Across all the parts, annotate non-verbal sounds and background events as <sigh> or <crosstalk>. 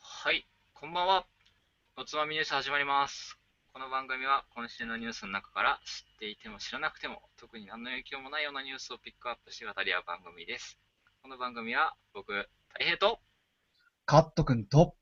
はい、こんばんは。おつまみニュース始まります。この番組は今週のニュースの中から知っていても知らなくても特に何の影響もないようなニュースをピックアップして語り合う番組です。この番組は僕、大平とカット君と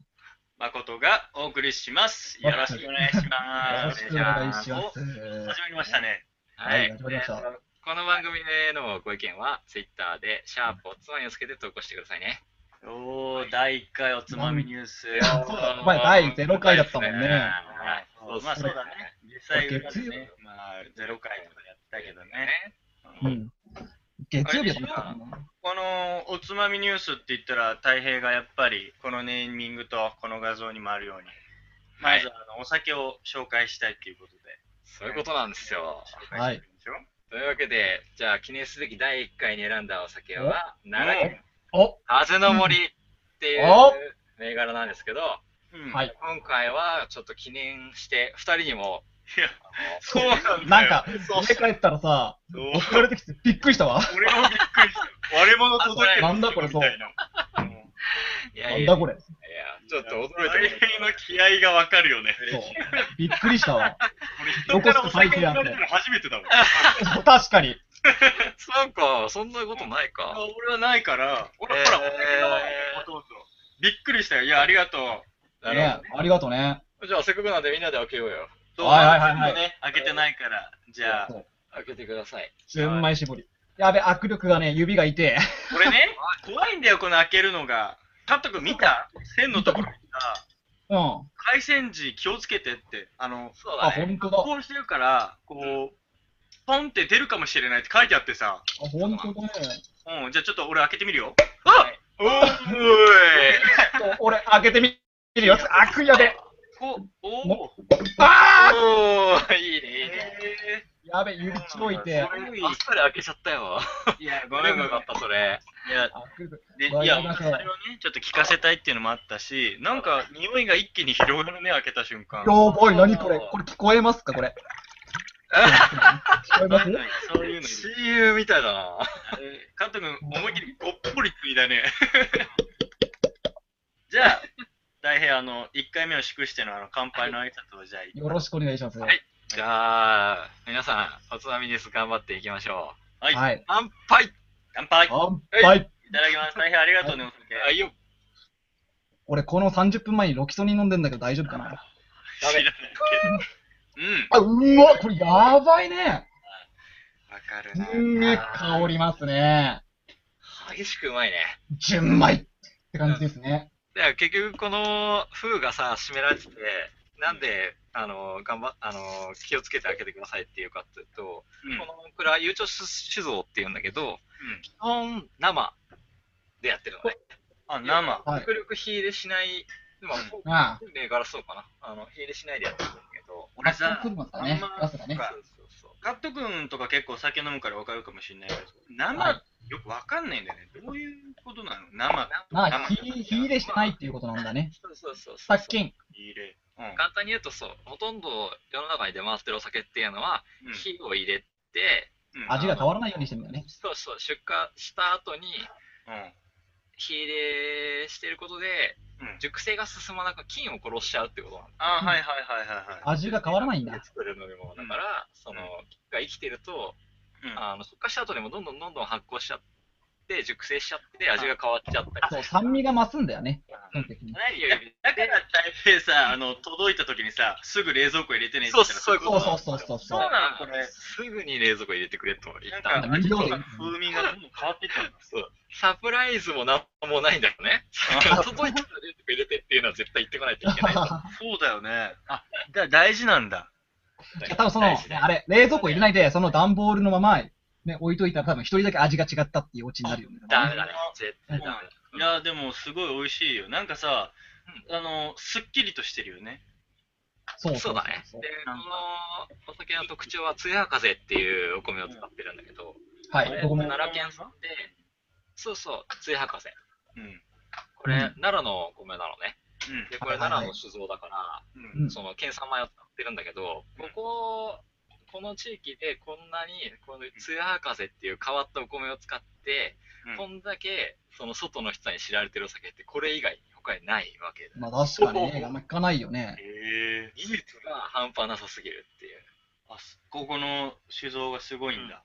誠がお送りします。よろしくお願いします。よろしくお願いします。始まりましたね。はい、始まりました。この番組へのご意見は、ツイッターで、シャープおつまみをつけて投稿してくださいね。おー、第1回おつまみニュース。そうだ、前第0回だったもんね。はい、まあそうだね。実際、ね、まあ0回とかやったけどね。月曜日だったこのおつまみニュースって言ったら、たい平がやっぱりこのネーミングとこの画像にもあるように、まずあのお酒を紹介したいということで。そういうことなんですよ。はい。というわけで、じゃあ記念すべき第1回に選んだお酒は、長い。お風の森っていう銘柄なんですけど、うん、今回はちょっと記念して、2人に <laughs> も。いや、そうなんだなんか、家帰ったらさ、送られてきてびっくりしたわ。俺もびっくりした。割れ物届いてなんだこれ、そう。なんだこれ。いや、ちょっと驚いた。大変の気合がわかるよね。びっくりした <laughs> わ。俺、人からお酒やってるの初めてだもん。確かに。そうか、そんなことないか。俺はないから、俺ほら、びっくりしたよ。いや、ありがとう。。ね、ありがとうね。じゃあ、せっかくなんでみんなで開けようよ。はいはいはい、はい開けてないから、じゃあ、開けてください。純米絞り。やべ、握力がね、指が痛え。これね、怖いんだよ、この開けるのが。カット君見た線のところ見た。うん。回線時気をつけてって、あの、そうだ、ね、あ、本当だ。こうしてるから、こう、ポンって出るかもしれないって書いてあってさ。あ、ほんとだね。うん、じゃあちょっと俺開けてみるよ。あおーい俺開けてみるよ。あ、くやで。お、おあーおーいいね、いいね。やべ、指ちょいて。あっさり開けちゃったよ。いや、ごめんごめん。かった、それ。いや、でいやそれをね、ちょっと聞かせたいっていうのもあったし、なんか、匂いが一気に広がるね、開けた瞬間。やばい、何これ。これ聞こえますか、これ。そういうの。親友みたいだな。カント君、思いっきりごっぽり食い <laughs> だね。じゃあ、大平、あの、1回目を祝してのあの乾杯の挨拶をじゃあ、 <laughs> よろしくお願いします。はい。じゃあ、皆さん、おつまみです。頑張っていきましょう。はい。乾杯乾杯乾杯いただきます。大変ありがとうね、お酒。はいよ。俺、この30分前にロキソニン飲んでんだけど大丈夫かなダ <laughs> メ。うん。あ、うわ、これやばいね。わかるな。すんげえ香りますね。激しくうまいね。純米って感じですね。だから結局、この封がさ、閉められてて、なんで、あの、頑張、あの、気をつけて開けてくださいっていうかっていうと、うん、この、これは悠長酒造っていうんだけど、基本生でやってるのね。あ、生極力火入れしない、でも、銘柄そうかな。あの、火入れしないでやってるんだけど。俺さ、あんま、ガスだね。カット君とか結構酒飲むから分かるかもしれないけど、生、よく分かんないんだよね。どういうことなの生まあ、火入れしてないっていうことなんだね。そうそうそう。殺菌。入れ。簡単に言うとそう、ほとんど世の中に出回ってるお酒っていうのは、火を入れて、味が変わらないようにしてるんだね。そうそう、出荷した後に、火入れしてることで、熟成が進まなく菌を殺しちゃうってことなんだ。あはいはいはいはい。味が変わらないんだ。作る飲み物だから、その、が生きてると、あの出荷した後でもどんどんどんどん発酵しちゃって、っ熟成しちゃって味が変わっちゃったそう酸味が増すんだよね、うん、だから台北さあの届いた時にさすぐ冷蔵庫入れてねそうそうそうそうそうそうなのこれすぐに冷蔵庫入れてくれと言ったなんか味とか風味がどんどん変わってきたそうサプライズもなんもないんだよ <laughs> ね届いたら冷蔵庫入れてっていうのは絶対言ってこないとい <laughs> けないそうだよねあだ大事なんだ多分その、あれ、冷蔵庫入れないで、その段ボールのままね、置いといたら多分一人だけ味が違ったっていうオチになるよね。ダメだね、絶対ダメいや、でもすごい美味しいよ。なんかさ、あの、すっきりとしてるよね。そうそうだね。で、このお酒の特徴は、つや風っていうお米を使ってるんだけど、はい、お米奈良県産で、そうそう、つや風。うん。これ、奈良のお米なのね。うん、で、これ奈良の酒造だから、その県産米を使ってるんだけど、ここ、この地域でこんなに、このツヤ博士っていう変わったお米を使って、うんこんだけ、その外の人に知られてるお酒って、これ以外に他にないわけだ。まあ確かにね、あんま聞かないよね。ええ技術が半端なさすぎるっていう。あそここの酒造がすごいんだ。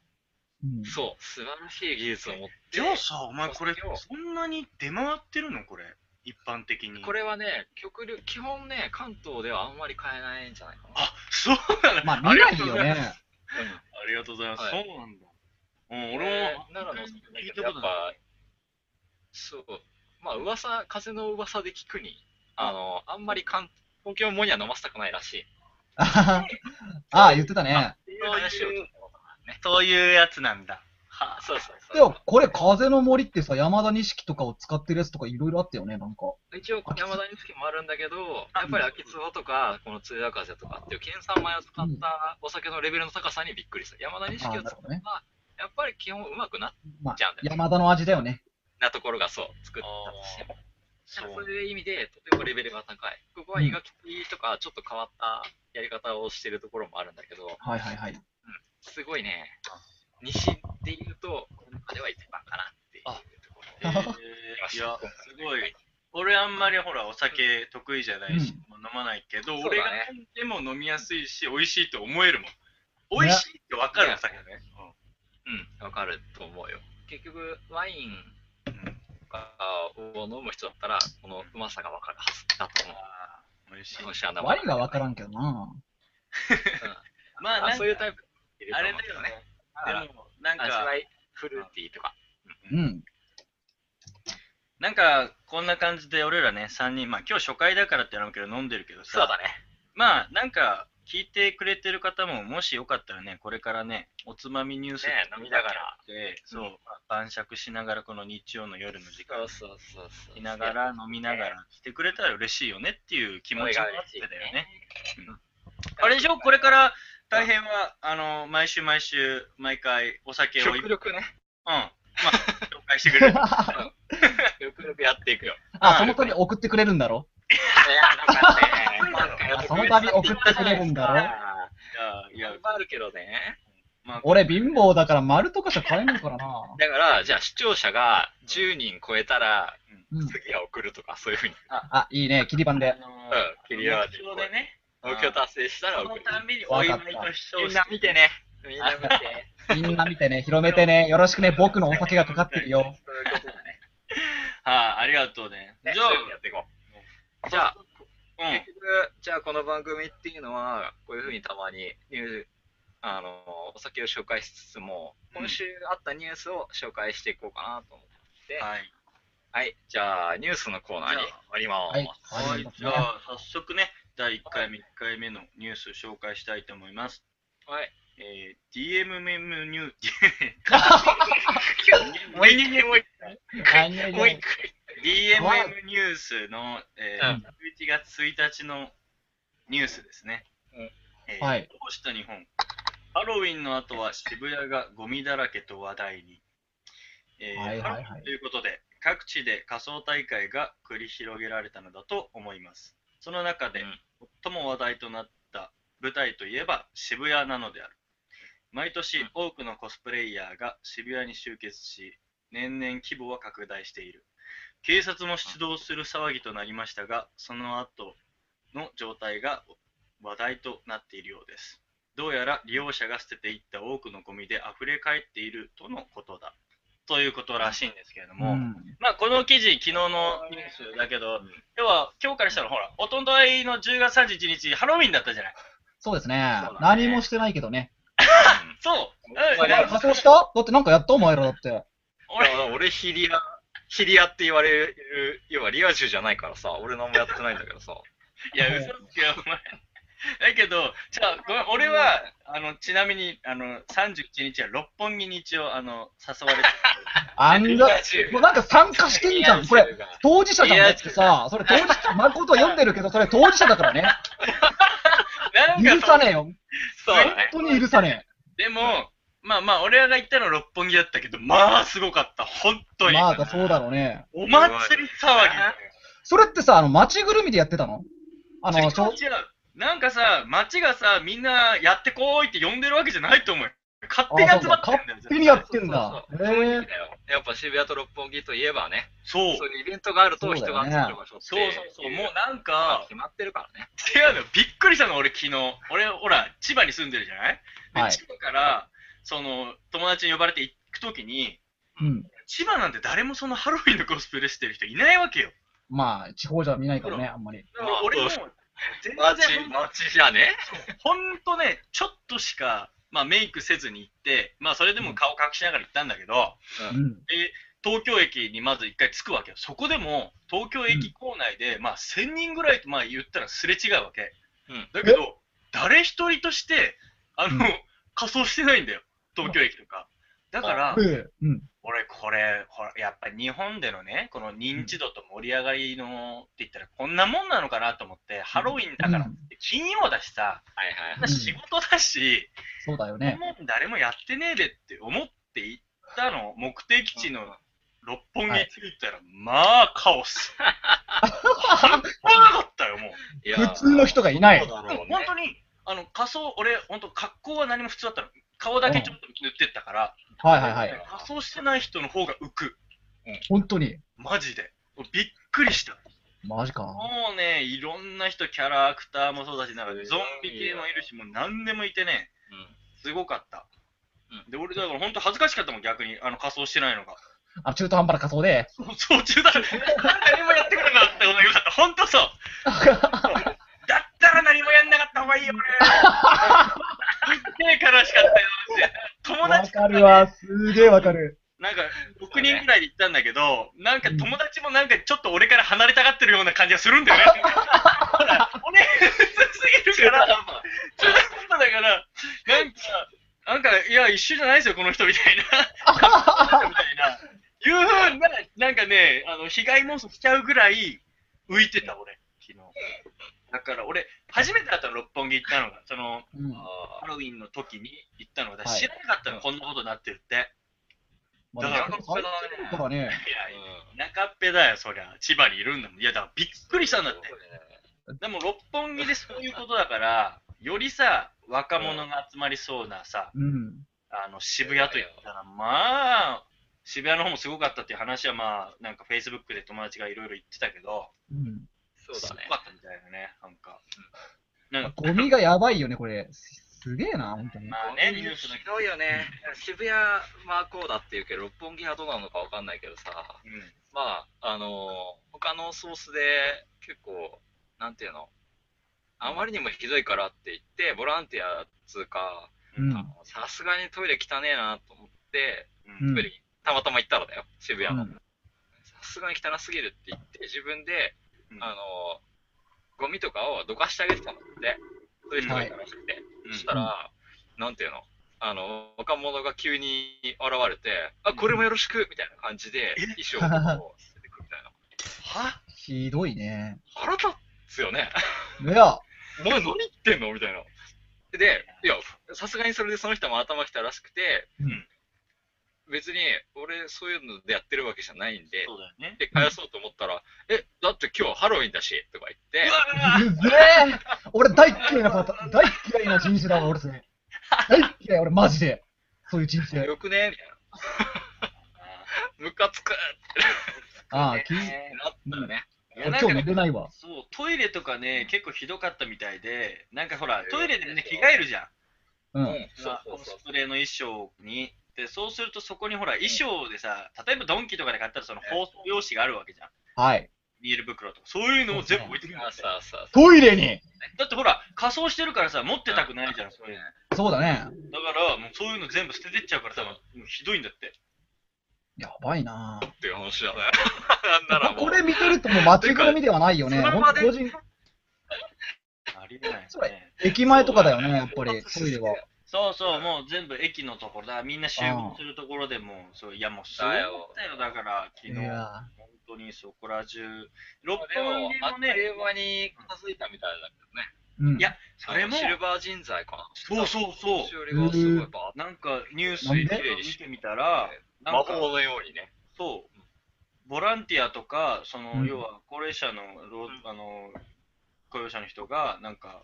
うん、そう、素晴らしい技術を持って。じゃあさ、お前これそうよ、そんなに出回ってるのこれ。一般的に。これはね、極力、基本ね、関東ではあんまり買えないんじゃないかな。あ、そうなのまあ見ないよ。りがとうござますね。ありがとうございます。はそうなんだ。うん、こ俺れも、奈良のお酒聞いだたけこど、やとっなぱい。、そう、まあ噂、風の噂で聞くに、あの、あんまり関東京もには飲ませたくないらしい。あははああ、言ってたね。っていう話を聞いたことがあるね。そういうやつなんだ。はあそうそうそう。でも、これ、風の森ってさ、山田錦とかを使ってるやつとかいろいろあったよね、なんか。一応、山田につきもあるんだけど、やっぱり秋壺とか、この通夜風とかっていう、県産米を使ったお酒のレベルの高さにびっくりした。山田にあ式あ、をな使っるほどね。やっぱり基本うまくなっまあじゃあ、山田の味だよね。たところがそう、作ったとしても。そそうう。いう意味で、とてもレベルが高い。ここは医学的とか、ちょっと変わったやり方をしてるところもあるんだけど、はいはいはい。すごいね、西で言うと、この中では一番かなっていうところえで。ーいや、すごい。俺あんまりほら、お酒得意じゃないし、もう飲まないけど、そうだね俺が飲んでも飲みやすいし、美味しいと思えるもん。美味しいってわかるお酒ね。うん、わかると思うよ。結局、ワインうんうんとかを飲む人だったら、このうまさがわかるはずだと思う。あー美味しい。ワインはわからん。んけどな。まあ、あ、そういうタイタイプいるとプ。あ思れうだけどよね。ね。でも、なん味わか、い、フルーティーとか。うん。なんか、こんな感じで俺らね、3人、まあ今日初回だからってなるけど飲んでるけどさ、そうだね。まあなんか聞いてくれてる方ももしよかったらねこれからねおつまみニュースね飲みながらでそう、うんまあ晩酌しながらこの日曜の夜の時間そをうそうそうそう。いながら飲みながら来てくれたら嬉しいよねっていう気持ちがあってだよね。あれでしょこれから大変はあの毎週毎週毎回お酒を極力ね、うんまあ紹介してくれる。極力やっていくよ。あ、その度送ってくれるんだろいや、だからね、あその度送ってくれるんだろいやいや頑張るけどね。まあ俺貧乏だから丸とかしか買えないからな。だから、じゃあ視聴者が10人超えたら、うん。次は送るとか、そういうふうに。あ、いいね、切り板であ。のうん、切り目替標でね目標達成したらそ送のる。たんびにお祝いとしてほしいみんな見てね。みんな見て。みんな見てね、広めてね、よろしくね、僕のお酒がかかってるよ。そういうことだね。はい、ありがとうね。ねじゃそういうふうにやっていこう。じゃあ、あ、うん結。局、じゃあこの番組っていうのは、こういうふうにたまにニューあのお酒を紹介しつつも、うん今週あったニュースを紹介していこうかなと思って、はい、はい。じゃあニュースのコーナーに終わります。はい。ははいい、じゃあ、早速ね、第1回目、1回目のニュース紹介したいと思います。はい。えー、DMM ニュ <laughs> ー <laughs> もう一回、もう一回、はいもう一回。 DMM ニュースの、えーうん11月1日のニュースですね。うんえーはいどうした日本ハロウィンの後は渋谷がゴミだらけと話題に。えーはいはいはいハロウィンということで、各地で仮装大会が繰り広げられたのだと思います。その中で、最も話題となった舞台といえば渋谷なのである。毎年うん多くのコスプレイヤーが渋谷に集結し、年々規模は拡大している。警察も出動する騒ぎとなりましたが、その後の状態が話題となっているようです。どうやら利用者が捨てていった多くのゴミで溢れ返っているとのことだ。ということらしいんですけれども、うんまあこの記事、昨日のニュースだけど、要は今日からしたらほら、おとといの10月31日、ハロウィンだったじゃない。そうですねそう。だね何もしてないけどね。そう、おお前ら前仮装しただってなんかやったお前らだって。俺、俺、俺ヒリア、ヒリアって言われる、要はリア充じゃないからさ、俺何もやってないんだけどさ。いや、嘘つけよ、お前。だけど、じゃあ、ごめん俺は、あの、ちなみに、あの、31日は六本木に一応、あの、誘 <laughs> われてあんな、充もうなんか参加してんじゃん。これ、当事者じゃんいやだってさ、それ当事者、誠読んでるけど、それ当事者だからね。た。なん許かさねえよ。そうだね。本当に許さねでも、まあまあ、俺らが行ったのは六本木だったけど、まあ、すごかった、本当え。に。まあ、そうだろうね。お祭り騒ぎ。それってさ、あの、街ぐるみでやってたのああの、の、しょ違う。なんかさ、街がさ、みんなやってこーいって呼んでるわけじゃないと思うよ。勝手に集まってんだよ。勝手にやっそてうんだ。そうそうそういう意へ味だよやっぱ渋谷と六本木といえばね、そう。そういうイベントがあるそとうだよね人が集まる場所ってそうそうそう。もうなんまあか、決まってるからね。違うのよ。びっくりしたの、俺昨日。俺、ほら、千葉に住んでるじゃないで、はい千葉から、その、友達に呼ばれて行くときに、うん。千葉なんて誰もそのハロウィンのコスプレしてる人いないわけよ。まあ、地方じゃ見ないからね、あんまり。だから俺も、まあ全街、然、街じゃねほんとね、ちょっとしか、まあ、メイクせずに行って、まあ、それでも顔隠しながら行ったんだけど、うん。で東京駅にまず一回着くわけよ、そこでも東京駅構内で、まあ、1000人ぐらいと、まあ、言ったらすれ違うわけ、うんだけど、誰一人としてあの、うん仮装してないんだよ、東京駅とか。だから、うん。俺、これ、ほらやっぱり日本でのね、この認知度と盛り上がりのって言ったら、こんなもんなのかなと思って、ハロウィンだからうん金曜だしさ、はいこんはな仕事だし、そうだよこんなね。もん誰もやってねえでって思って行ったの、目的地の六本木着いたら、まあ、カオス。半端なかったよ、もう。い。いやー普通の人がいないそう。だろうでねも本当に、あの、仮装、俺、本当格好は何も普通だったの。顔だけちょっと塗ってったから、はいはいはい。仮装してない人の方が浮く。本当に。マジで。びっくりした。マジか。もうね、いろんな人、キャラクターもそうだし、なんかゾンビ系もいるし、もう何でもいてね、すごかった。で、俺、だから本当恥ずかしかったもん、逆に、あの仮装してないのが。あ、中途半端な仮装で。そう、中断。何もやってくれなかったことがよかった。本 <laughs> 当そう。だったら何もやんなかった方がいいよ、 <laughs> 俺。すっげえ悲しかったよ、友わ達かるわ。すげえわかる。なんか、6人ぐらいで行ったんだけど、なんか友達もなんかちょっと俺から離れたがってるような感じがするんだよね。 <laughs> ほら、俺、薄すぎるから、中途半端だから、なんか、なんか、いや、一緒じゃないですよ、この人みた <laughs> いな。みたいな。いうふうな、なんかね、あの、被害妄想しちゃうぐらい浮いてた、俺、昨日。だから俺、初めてだったの、六本木行ったのが。その、うんハロウィンの時に行ったのはが、い知らなかったの、こんなことになってるって。まあだから最近の人がね。いや、中っぺだよ、そりゃ。千葉にいるんだもん。いや、だからびっくりしたんだって。でも、六本木でそういうことだから、よりさ、若者が集まりそうなさ、うん。あの渋谷といったら、まあ、渋谷の方もすごかったっていう話は、まあ、なんか Facebook で友達がいろいろ言ってたけど、うん。そうだねすごかったみたいなね、なんか。なんかゴミがやばいよね、これ。すすげえな、本当に。まあね、ニュースの。ひどいよね、渋谷はこうだっていうけど、六本木はどうなのかわかんないけどさ、うんまあ、あのー他のソースで結構、なんていうの、あまりにもひどいからって言って、ボランティアっつうか、うあんのさすがにトイレ汚ねえなと思って、うんうんトイレにたまたま行ったらだよ、渋谷の。うさんすがに汚すぎるって言って、自分で、うんあのーゴミとかをどかしてあげてたんだって、そういう人がいたらしくて。うんそしたら、なんていうの、あの若者が急に現れて、あこれもよろしくみたいな感じで、衣装を捨ててくみたいな。はひどいね。腹立つよね。 <laughs> いや、お前、何言ってんのみたいな。で、いや、さすがにそれでその人も頭きたらしくて、うん別に俺、そういうのでやってるわけじゃないんでそ、うだよね。で返そうと思ったら、え、だって今日ハロウィンだしとか言って、うわうぜえ俺大っ嫌いなパターン、大っ嫌いな人種だわ、俺それ。大っ嫌い、俺マジで。そういう人種。よくねみたいな。ムカつくってああ、きなったよね。いや俺なんか興味出ないわ。そう、トイレとかね、結構ひどかったみたいで、なんかほら、トイレでみんな着替えるじゃん。ううんん。そうそうコそうスプレの衣装に。で、そうするとそこにほら、衣装でさ、例えばドンキとかで買ったらその包装用紙があるわけじゃん。はい。ビール袋とか、そういうのを全部置いてくるんだあってさあさあトイレにだってほら、仮装してるからさ、持ってたくないじゃん、そういうの。そうだね。だから、もうそういうの全部捨ててっちゃうからさ、もうひどいんだって。やばいなっていう話 <laughs> だね。なんならもうこれ見てるともう街ぐるみではないよね。それ本まで当個人、ありえないですそねれ。駅前とかだよね、やっぱり、トイレは。そうそう、もう全部駅のところだ。みんな集合するところでもう、そういやもうすごかったよ、だから、い昨日。や本当にそこら中、六でも本木、あもっとね、いう間に片付いたみたいだけどね。うん。いやそれも、シルバー人材かな。そうそうそ年よりはすごいバう、なんかニュースなん見でてみたーらって、なん魔か法のようにね。そう、ボランティアとか、そうのん要は高齢者の、老あの雇用者の人が、なんか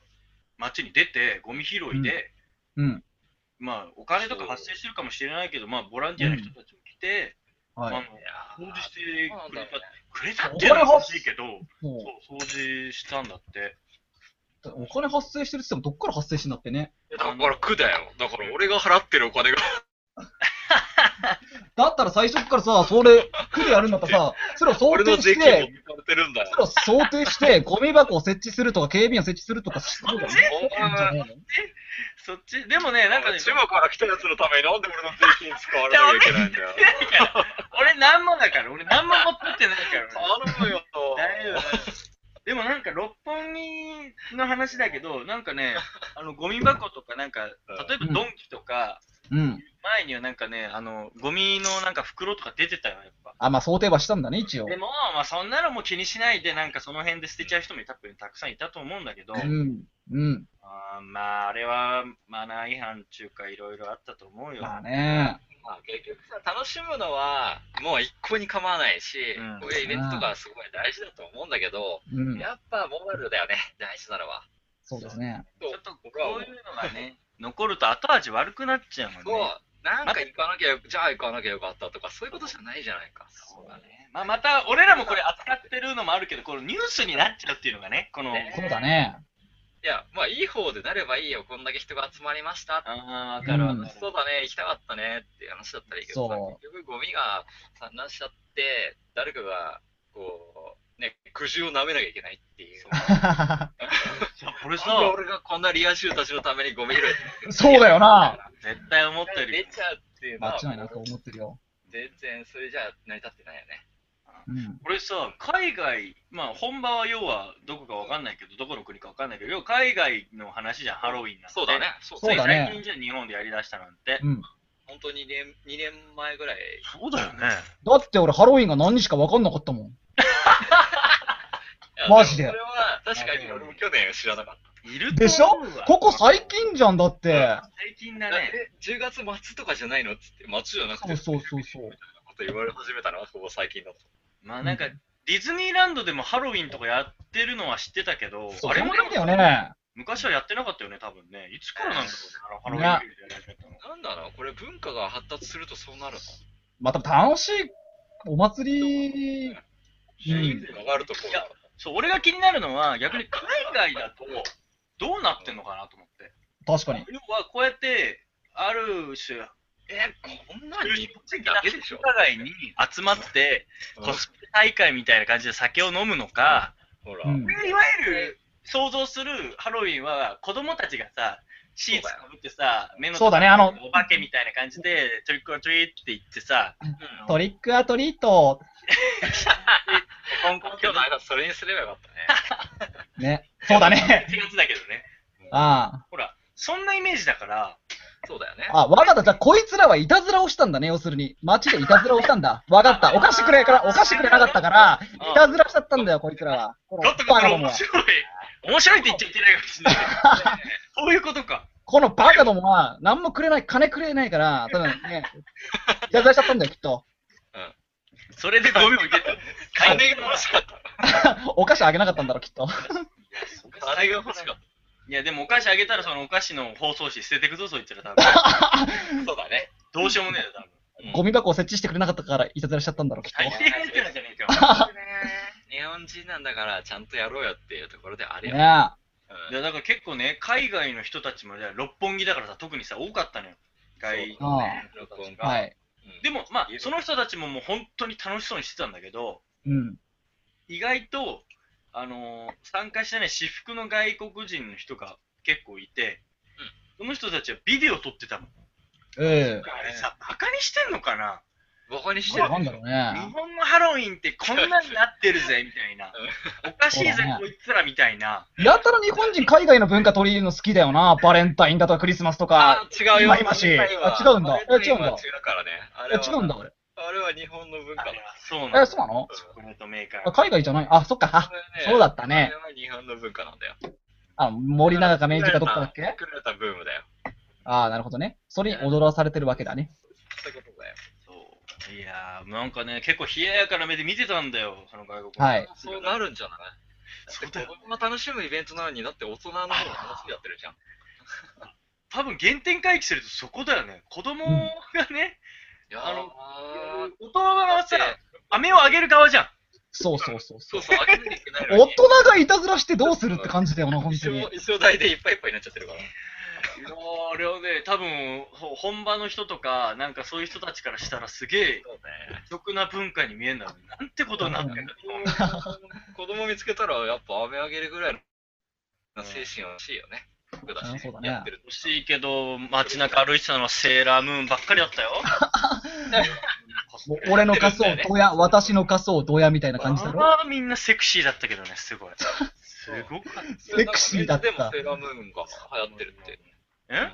街に出て、ゴミ拾いで、うん。まあ、お金とか発生してるかもしれないけど、まあ、ボランティアの人たちも来て、はあい。の、掃除してそうくだれよねた、くれたっていうのはおかしいけど、もそう、掃除したんだって。う、お金発生してるって言っても、どっから発生してんだってね。だから苦だよ。だから俺が払ってるお金が。だったら最初っからさ、それ、区でやるんだったらさ、それを想俺の定税し金もて、見られてるんだよそ。れを想定して、ゴミ箱を設置するとか、警備員を設置するとか、そうだよね。お前、そっち、でもね、なんかね、千葉から来たやつのためになんで俺の税金使われなきゃいけないんだよ。俺なんもだから、俺なんも持ってってない <laughs> から。頼むよ。大丈夫。でもなんか六本木の話だけど、なんかね、あのゴミ箱とかなんか、例えばドンキとか、うん。前にはなんかね、あのゴミのなんか袋とか出てたよ、やっぱ。あ、まあ想定はしたんだね、一応で。も、まあそんなのも気にしないで、なんかその辺で捨てちゃう人も多分たくさんいたと思うんだけど、うん。うん。あーまああれはマナー違反中かいろいろあったと思うよ。まあね。まあ結局さ、楽しむのはもう一向に構わないし、うんこういうイベントとかはすごい大事だと思うんだけど、うん。やっぱモラルだよね、大事なのは。そうですね。ちょっとこ僕はういうのがね、残ると後味悪くなっちゃうもんね。そう、なんか行かなきゃよ、じゃあ行かなきゃよかったとか、そういうことじゃないじゃないか。そうだね。まあ、また、俺らもこれ扱ってるのもあるけど、このニュースになっちゃうっていうのがね、この。ねそうだね。いや、まあいい方でなればいいよ、こんだけ人が集まりました。ああ、わかるわかるうんそうだね、行きたかったねっていう話だったらいいけどさ、そう結局ゴミが散乱しちゃって、誰かが、こう、ね、苦渋を舐めなきゃいけないっていう。これさ、なんで俺がこんなリア充たちのためにゴミ拾いそうだよな。絶対思ったよ出り。ちゃうっていうの間は、違いなく思ってるよ。全然それじゃ成り立ってないよね。うん。これさ、海外、まあ、本場は要はどこかわかんないけど、どこの国かわかんないけど、要は海外の話じゃん、ハロウィンなんて。そうだ。ね、そうそうだね最近じゃ日本でやりだしたなんて。うん。本当に2年 ,2 年前ぐらい。そうだよね。だって俺ハロウィンが何日か分かんなかったもん。マジでそれは確かに俺も去年知らなかっいるでしょここ最近じゃんだって。最近た。だね。え10月末とかじゃないのっつって、末じゃなくて、そうそうそうそうみたいなこと言われ始めたのは、ほぼ最近だと。まあ、なんか、ディズニーランドでもハロウィンとかやってるのは知ってたけど、そう、そあれうもなでんもだよね。昔はやってなかったよね、多分ね。いつからなんだろうね、ねあのハロウィンでやり始めたの。なんだろう、これ文化が発達するとそうなるまた楽しいお祭り、の。うん人数が上がるとこうなるそう、俺が気になるのは、逆に海外だと、どうなってんのかなと思って。確かに。要は、こうやって、ある種、え、こんなん日本人だけでしょお互いに集まって、うんコスプレ大会みたいな感じで酒を飲むのか、ほら、うん。いわゆる、想像するハロウィンは、子供たちがさ、シーツかぶってさ、目のそうだね、あの、お化けみたいな感じで、トリックオアトリーって言ってさ、うんトリックアトリート。今今日の間それにすればよかったね。ね。そうだね。 1月だけどね。あほら、そんなイメージだから、そうだよねあ。。あ、わかった。じゃあ、こいつらはいたずらをしたんだね、要するに。街でいたずらをしたんだ。わかった。お菓子くれから、お菓子くれなかったから、いたずらしちゃったんだよ、こいつらは。こだのったバカらども面は。白い。面白いって言っちゃいけないかもしれないけ <laughs> ど。そういうことか。このバカどもは、何もくれない、金くれないから、多分ね、いたずらしちゃったんだよ、きっと。それでゴミを入 <laughs> れた。金が欲しかった。お菓子あげなかったんだろ、きっと。金が欲しかっいや、でもお菓子あげたら、そのお菓子の包装紙捨ててくぞ、そいつら多分。た。そうだね。どうしようもねえよ、多分。ゴミ箱を設置してくれなかったから、いたずらしちゃったんだろ、きっと。最低なやつらじゃねえか。日本人なんだからちゃんとやろうよっていうところであれねよ。え。いや、だから結構ね、海外の人たちもね、六本木だからさ、特にさ、多かったのよ。外あ録音が。はい。でも、まあ、その人たちももう本当に楽しそうにしてたんだけど、うん。意外と、あのー参加してない私服の外国人の人が結構いて、その人たちはビデオ撮ってたもん。えあれさ、バカにしてんのかなバカにしえ。てるなんだろう日ね。本のハロウィンってこんなになってるぜ、みたいな。おかしいぜそうだね、こいつら、みたいな。やたら日本人海外の文化取り入れるの好きだよな。バレンタインだとかクリスマスとか。あ、違うよ。今今し今あ違うんだあれはえ違うんだ今違うからね。あえ、れは違うんだ、俺。あれは日本の文化あだ。れはそうなんだ。え、そうなのチョコレートメーカーあ。海外じゃないあ、そっか。あこ、れそうだったあれね。は日本の文化なんだよ。あ、森永か明治かどっかだっけ作られたブームだよ。ああ、なるほどね。それに踊らされてるわけだね。そういうことだよ。そういやー、なんかね、結構冷ややかな目で見てたんだよ、その外国のはい。そうなるんじゃないそうだよ子供が楽しむイベントなのに、だって大人の方が楽しくやってるじゃん。多分原点回帰するとそこだよね。子供がね、いやーあの大人はさ、飴をあげる側じゃん。そうそうそうそうそう。そう、飽きないといけないのに大人がいたずらしてどうするって感じだよな、本一当に生。一生代でいっぱいいっぱいになっちゃってるから。いやーあれはね、多分ほ本場の人とか、なんかそういう人たちからしたらすげえそうね。独特な文化に見えるんだろうね。なんてことになってんだろうね子供見つけたら、やっぱ飴あげるぐらいの精神は欲しいよね。僕だうんしそうだ、ねやってると欲しいけど、街中歩いてたのはセーラームーンばっかりだったよ。もう俺の仮想、ドヤ、私の仮想、ドヤみたいなあ感じだろ。あーみんなセクシーだったけ <laughs> どね、すごい。すごかった。セクシーだったでもセーラームーンが流行ってるって。え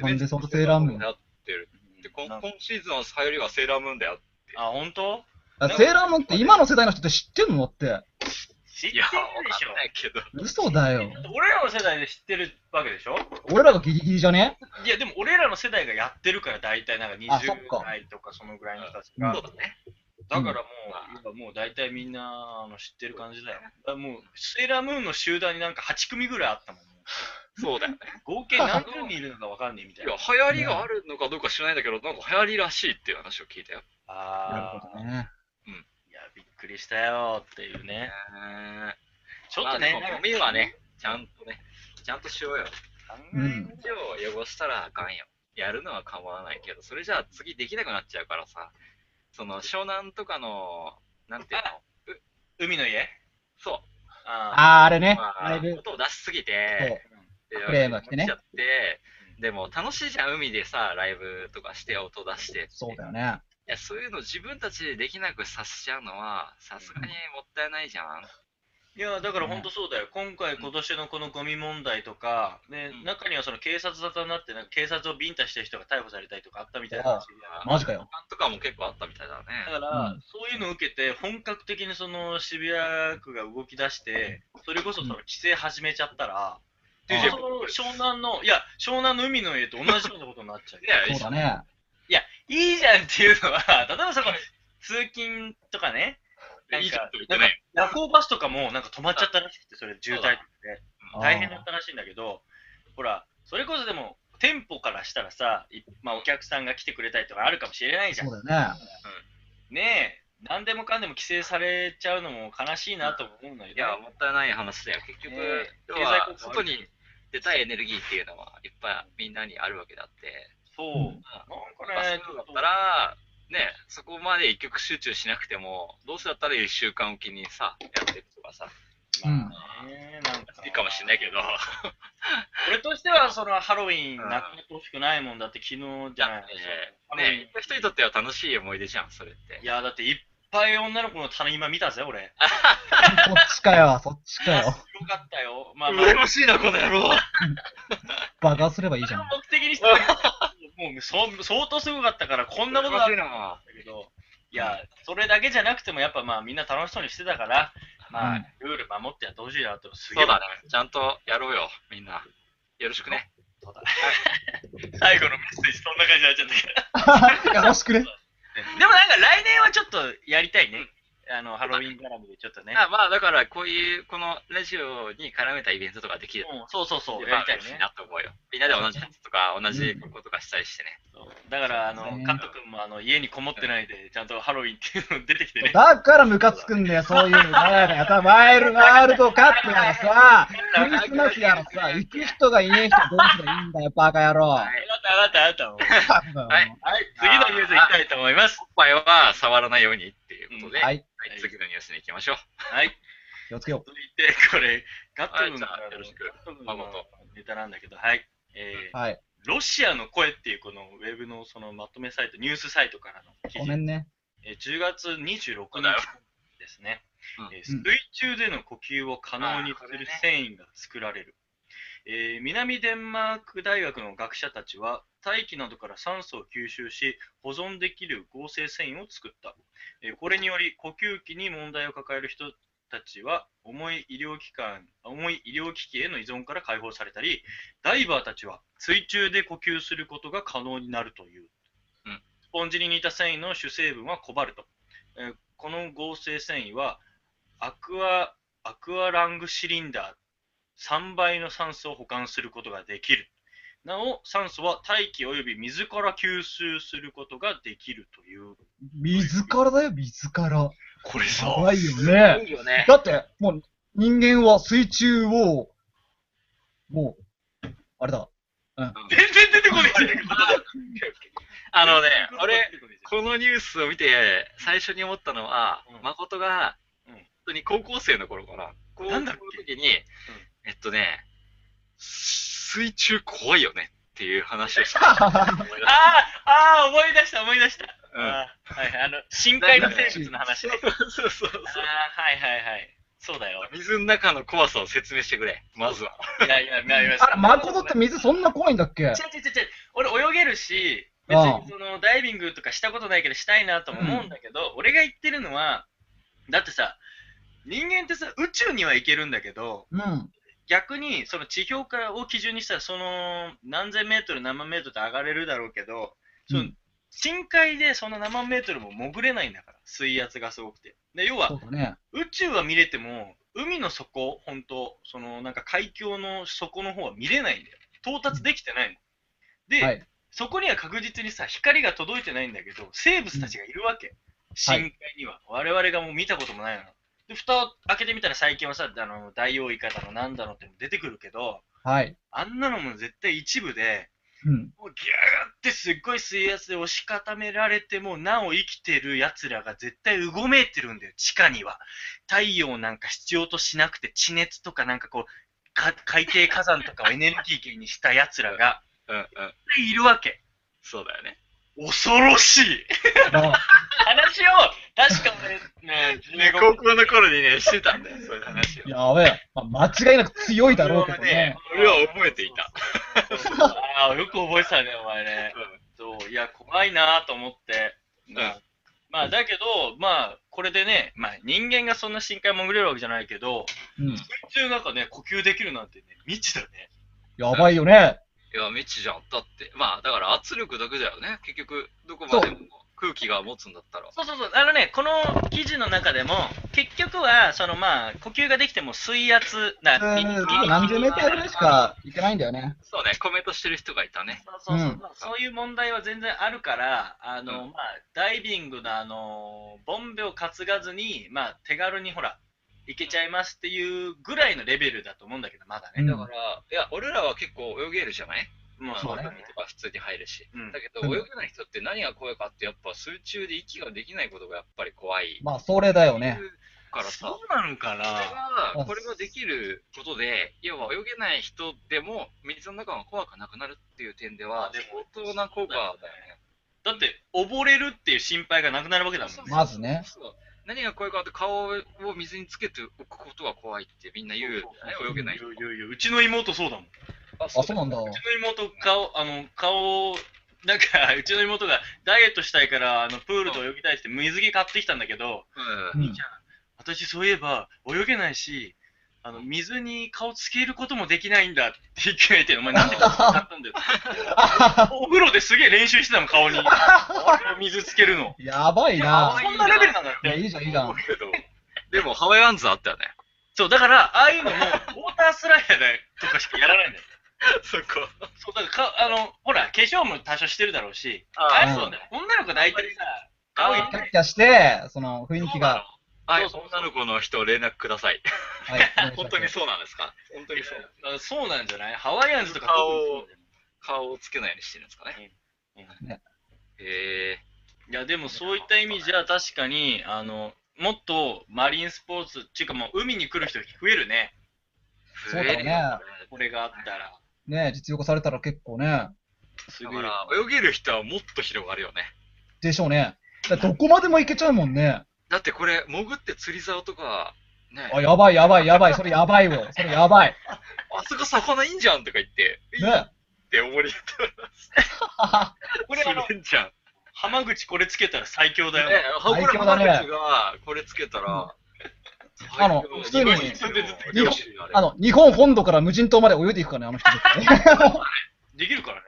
なんでそのセーラームーン流行ってるって。今今シーズンの流行りはセーラームーンだよ。あ、本当？あセーラームーンって今の世代の人って知ってんのって。知っいてるや、でわかしょん。ないけど。嘘だよ。俺らの世代で知ってるわけでしょ俺らがギリギリじゃねいや、でも俺らの世代がやってるから、大体なんかあそっ20か代とかそのぐらいの人たちそが。うだね。だからもう、今もう大体みんなあの知ってる感じだよ。だからもう、セーラームーンの集団になんか8組ぐらいあったもん。そうだよね。合計何十人いるのかわかんねえみたいいや、流な。行りがあるのかどうか知らないんだけど、なんか流行りらしいっていう話を聞いたよ。なあるほあ、どね。いや、びっくりしたよっていうね。ちちょょっっととねね、、ゴミはね、ちゃんとね、ちゃんとしようよ。考えうん手を汚したらあかんよ。やるのは構わないけど、それじゃあ次できなくなっちゃうからさ、その湘南とかの、なんていうの、海の家そああー、あれう、ね。まああ、れね。音を出しすぎそうて、でクレームが来てね落ちちゃって、でも楽しいじゃん、海でさ、ライブとかして音出して。そうだよね。いや、そういうの自分たちでできなくさせちゃうのは、さすがにもったいないじゃん。いや、だから本当そうだよ。今回、今年のこのゴミ問題とか、ねうん中にはその警察沙汰になって、なんか警察をビンタした人が逮捕されたりとかあったみたいな話あマジかよ。なんとかも結構あったみたいだね。だから、うんそういうのを受けて、本格的にその渋谷区が動き出して、それこそその規制始めちゃったら、うんでその湘南の、いや、湘南の海の家と同じようなことになっちゃう。いや、ねそうだね。いいじゃんっていうのは、例 <laughs> えばその通勤とかね、なんいいじゃんかって言ってね。夜行バスとかもなんか止まっちゃったらしくて、それ渋滞であー大変だったらしいんだけど、ほら、それこそでも、店舗からしたらさ、いまあ、お客さんが来てくれたりとかあるかもしれないじゃんそ。うだよね。ねえ、何でもかんでも規制されちゃうのも悲しいなとも思うんだけど、いや、もったいない話だよ。結局、ねえ要は経済効果外に出たいエネルギーっていうのは、いっぱいみんなにあるわけだって。そう、うんなんこれ、かね、そうだったら、ね、そこまで一極集中しなくても、どうせだったら一週間おきにさ、やっていくとかさ、まあね、なんか、いいかもしれないけど、俺としては、そのハロウィンなくなってほしくないもんだって、昨日じゃない。えーね、人にとっては楽しい思い出じゃん、それって。いや、だっていっぱい女の子の棚今見たぜ、俺。そっちかよ、そっちかよ。すごかったよ。まあ、まあ、羨ましいな、この野郎。爆破すればいいそじれゃをん。目的にして、もうそう相当すごかったから、こんなことがあ羨まるしいんな。だけど、いや、それだけじゃなくても、やっぱまあ、みんな楽しそうにしてたから、まあ、うんルール守ってやってほしいなと、すそげえうだね。ちゃんとやろうよ、みんな。よろしくね。最後のメッセージ、そんな感じになっちゃったけど。よろしくね。でもなんか来年はちょっとやりたいね。あの、ハロウィン絡みでちょっとね。あまあ、だから、こういう、このラジオに絡めたイベントとかできるうんそうそうそう、と、ややりりたたいいね。なと思うよ。みんなで同じやつとか、同じことがしたりしてね。そうだから、あのそう、ねカント君もあの家にこもってないで、ちゃんとハロウィンっていうの出てきてね。だからムカつくんだよ、そういうの。なんやさ、ワイルワールドカップやらさ、クリスマスやらさ、行く人がいねえ人どうすりゃいいんだよ、バカ野郎。はいあなた、あなた、あなた。バカだよはいはい、次のニュースいきたいと思います。おっぱいは触らないようにっていうことで、ははい、い次のニュースに行きましょう。はい、気をつけよ続いて、これ、ガット君のはいじゃあよろしくガット君の誠ネタなんだけど、はい。えう。ーはい、ロシアの声っていうこのウェブのそのまとめサイト、ニュースサイトからの記ご事めんね。えー10月26そう日だよですね、うんえー水中での呼吸を可能にする繊維が作られる、えー南デンマーク大学の学者たちは大気などから酸素を吸収し保存できる合成繊維を作った、えーこれにより呼吸器に問題を抱える人たちは重い医療機関重い医療機器への依存から解放されたりダイバーたちは水中で呼吸することが可能になるという、うんスポンジに似た繊維の主成分はコバルトえーこの合成繊維はアクアアクアラングシリンダー3倍の酸素を保管することができる。なお、酸素は大気及び水から吸収することができるという。自らだよ、自ら。これさ、怖いよね。いいよね。だって、もう、人間は水中を、もう、あれだ。全然出てこないじゃん。あのね、俺、、このニュースを見て、最初に思ったのは、うん誠が、うん本当に高校生の頃かな。高校なのんだっけ時に、えっとね、水中怖いよねっていう話をした思い出した。あーあー、思い出した、思い出した。うん <laughs> あーはい、あの、深海の生物の話ね。あそうそうそう。あ、はいはいはい。そうだよ。水の中の怖さを説明してくれ、まずは。いやいや、いやいやあれ、誠って水そんな怖いんだっけ違う違う違う違う俺泳げるし別ああにそのダイビングとかしたことないけどしたいなとも思うんだけど、俺が言ってるのはだってさ人間ってさ宇宙には行けるんだけどうん。逆にその地表からを基準にしたらその何千メートル何万メートルって上がれるだろうけどそうのん深海でその何万メートルも潜れないんだから水圧がすごくてで要はそうだね。宇宙は見れても海の底本当そのなんか海峡の底の方は見れないんだよ到達できてないので、はい。そこには確実にさ光が届いてないんだけど生物たちがいるわけ深海には、我々がもう見たこともないので蓋を開けてみたら最近はさあのダイオウイカだのなんだのっての出てくるけどはい。あんなのも絶対一部でうん。もうギューってすっごい水圧で押し固められてもなお生きてるやつらが絶対うごめいてるんだよ地下には太陽なんか必要としなくて地熱とかなんかこうか海底火山とかをエネルギー源にしたやつらがうんうん。いるわけそうだよね。恐ろしいだから話を確か俺ねね、 15高校の頃にね、してたんだよ、そういう話を。やべえ。まあ、間違いなく強いだろうけどね。俺は覚えていた。ああよく覚えてたねお前ねそういや怖いなと思って、んまあまあだけどまあこれでね、まあ、人間がそんな深海潜れるわけじゃないけどうん。水中なんかね呼吸できるなんてね未知だねやばいよね。いや、未知じゃん。だって、まあ、だから圧力だけだよね。結局、どこまでも空気が持つんだったら。そうそうそうあのねこの記事の中でも結局はそのまあ呼吸ができても水圧なうんみみ何十メートルぐらいしか行けないんだよね。そうね、コメントしてる人がいたね。そうそうそううんまあそういう問題は全然あるから、あのうまあ、ダイビングの、あのボンベを担がずに、まあ、手軽にほら行けちゃいますっていうぐらいのレベルだと思うんだけど、まだね。だから、いや、俺らは結構泳げるじゃないもうまあ、そそううねとか普通に入るし。うんだけど、泳げない人って何が怖いかって、やっぱ水中で息ができないことがやっぱり怖い。まあ、それだよね。。からそさ、こうなのかれなうが、んこれができることで、要は泳げない人でも、水の中が怖くなくなるっていう点であは、でも相当な効果だよね。だって溺れるっていう心配がなくなるわけだもんね。まずねそう。何が怖いかって顔を水につけておくことが怖いってみんな言うよね。泳げないや。ややうちの妹そうだもん。うあ、あ、そうなんだ。ちの妹顔あの顔をなんかうちの妹がダイエットしたいからあのプールで泳ぎたいって水着買ってきたんだけど。う。うんん。私そういえば泳げないしあの水に顔つけることもできないんだって言って言てお前なんで顔使ったん <laughs> だよお風呂ですげえ練習してたもん顔に水つけるのやばいな。そんなレベルなんだっいや、ていいじゃん、いいじゃん。けど、でもハワイアンズあったよね。そうだからああいうのもウォータースライダーとかしかやらないんだよそこ。そうだからかあのほら化粧も多少してるだろうしああああいうのね女の子大体さ顔あいんまっキぱャいッキャして、その雰囲気が。。はそい、うそうそう女の子の人連絡ください。はい。<laughs> お本願いし当にそうなますんですか本当にそう。あそうなんじゃないハワイアンズとか特にそうだよね顔をつけないようにしてるんですかね。ねへえいやでもそういった意味じゃ確かにあのもっとマリンスポーツっていうかもう海に来る人増えるねー。そうだ増えよねるよこれがあったらね実用化されたら結構ね。すだごいから、泳げる人はもっと広がるよね。でしょうね。だどこまでも行けちゃうもんね。だってこれ、潜って釣り竿とか、ね、あ、やばい、やばい、やばい。それやばいわ。それやばい。あそこ魚いいんじゃんとか言って、いいっ <laughs> ね。て思いに行ったらこれあの釣れんじゃん。浜口これつけたら最強だよ、ね、ハ最コ強だねラ口がこれつけたら、あの普通にそれでずっと日来本てるよああれの、日本本土から無人島まで泳いでいくからね、あの人絶できるからね、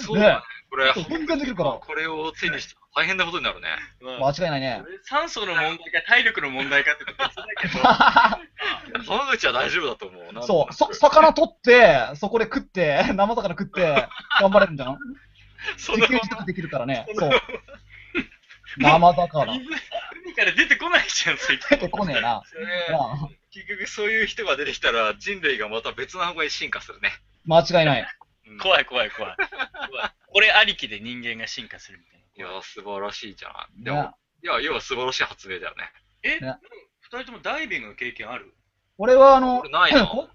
そうだねね。これ、 <laughs> 対。全然できるから。これを手にしたら大変なことになるね。まあ間違いないね。酸素の問題か体力の問題かって別だけどはははは浜口は大丈夫だと思う。なんそう、そ、そ、魚取って、そこで食って、 <laughs> 生魚食って、頑張れるんじゃん <laughs> そん自なも給ん自足できるからね。そう。生魚。水海から出てこないじゃん、そいつ。 <laughs> 出てこねえな。それまあ、結局そういう人が出てきたら人類がまた別な方向へ進化するね。間違いない。うん怖い怖い怖い。怖いこれありきで人間が進化するみたいいや、素晴らしいじゃん。でねも、いや、要は素晴らしい発明だよね。な。え、二人ともダイビングの経験ある俺は、あの俺、ないな。 <laughs> こ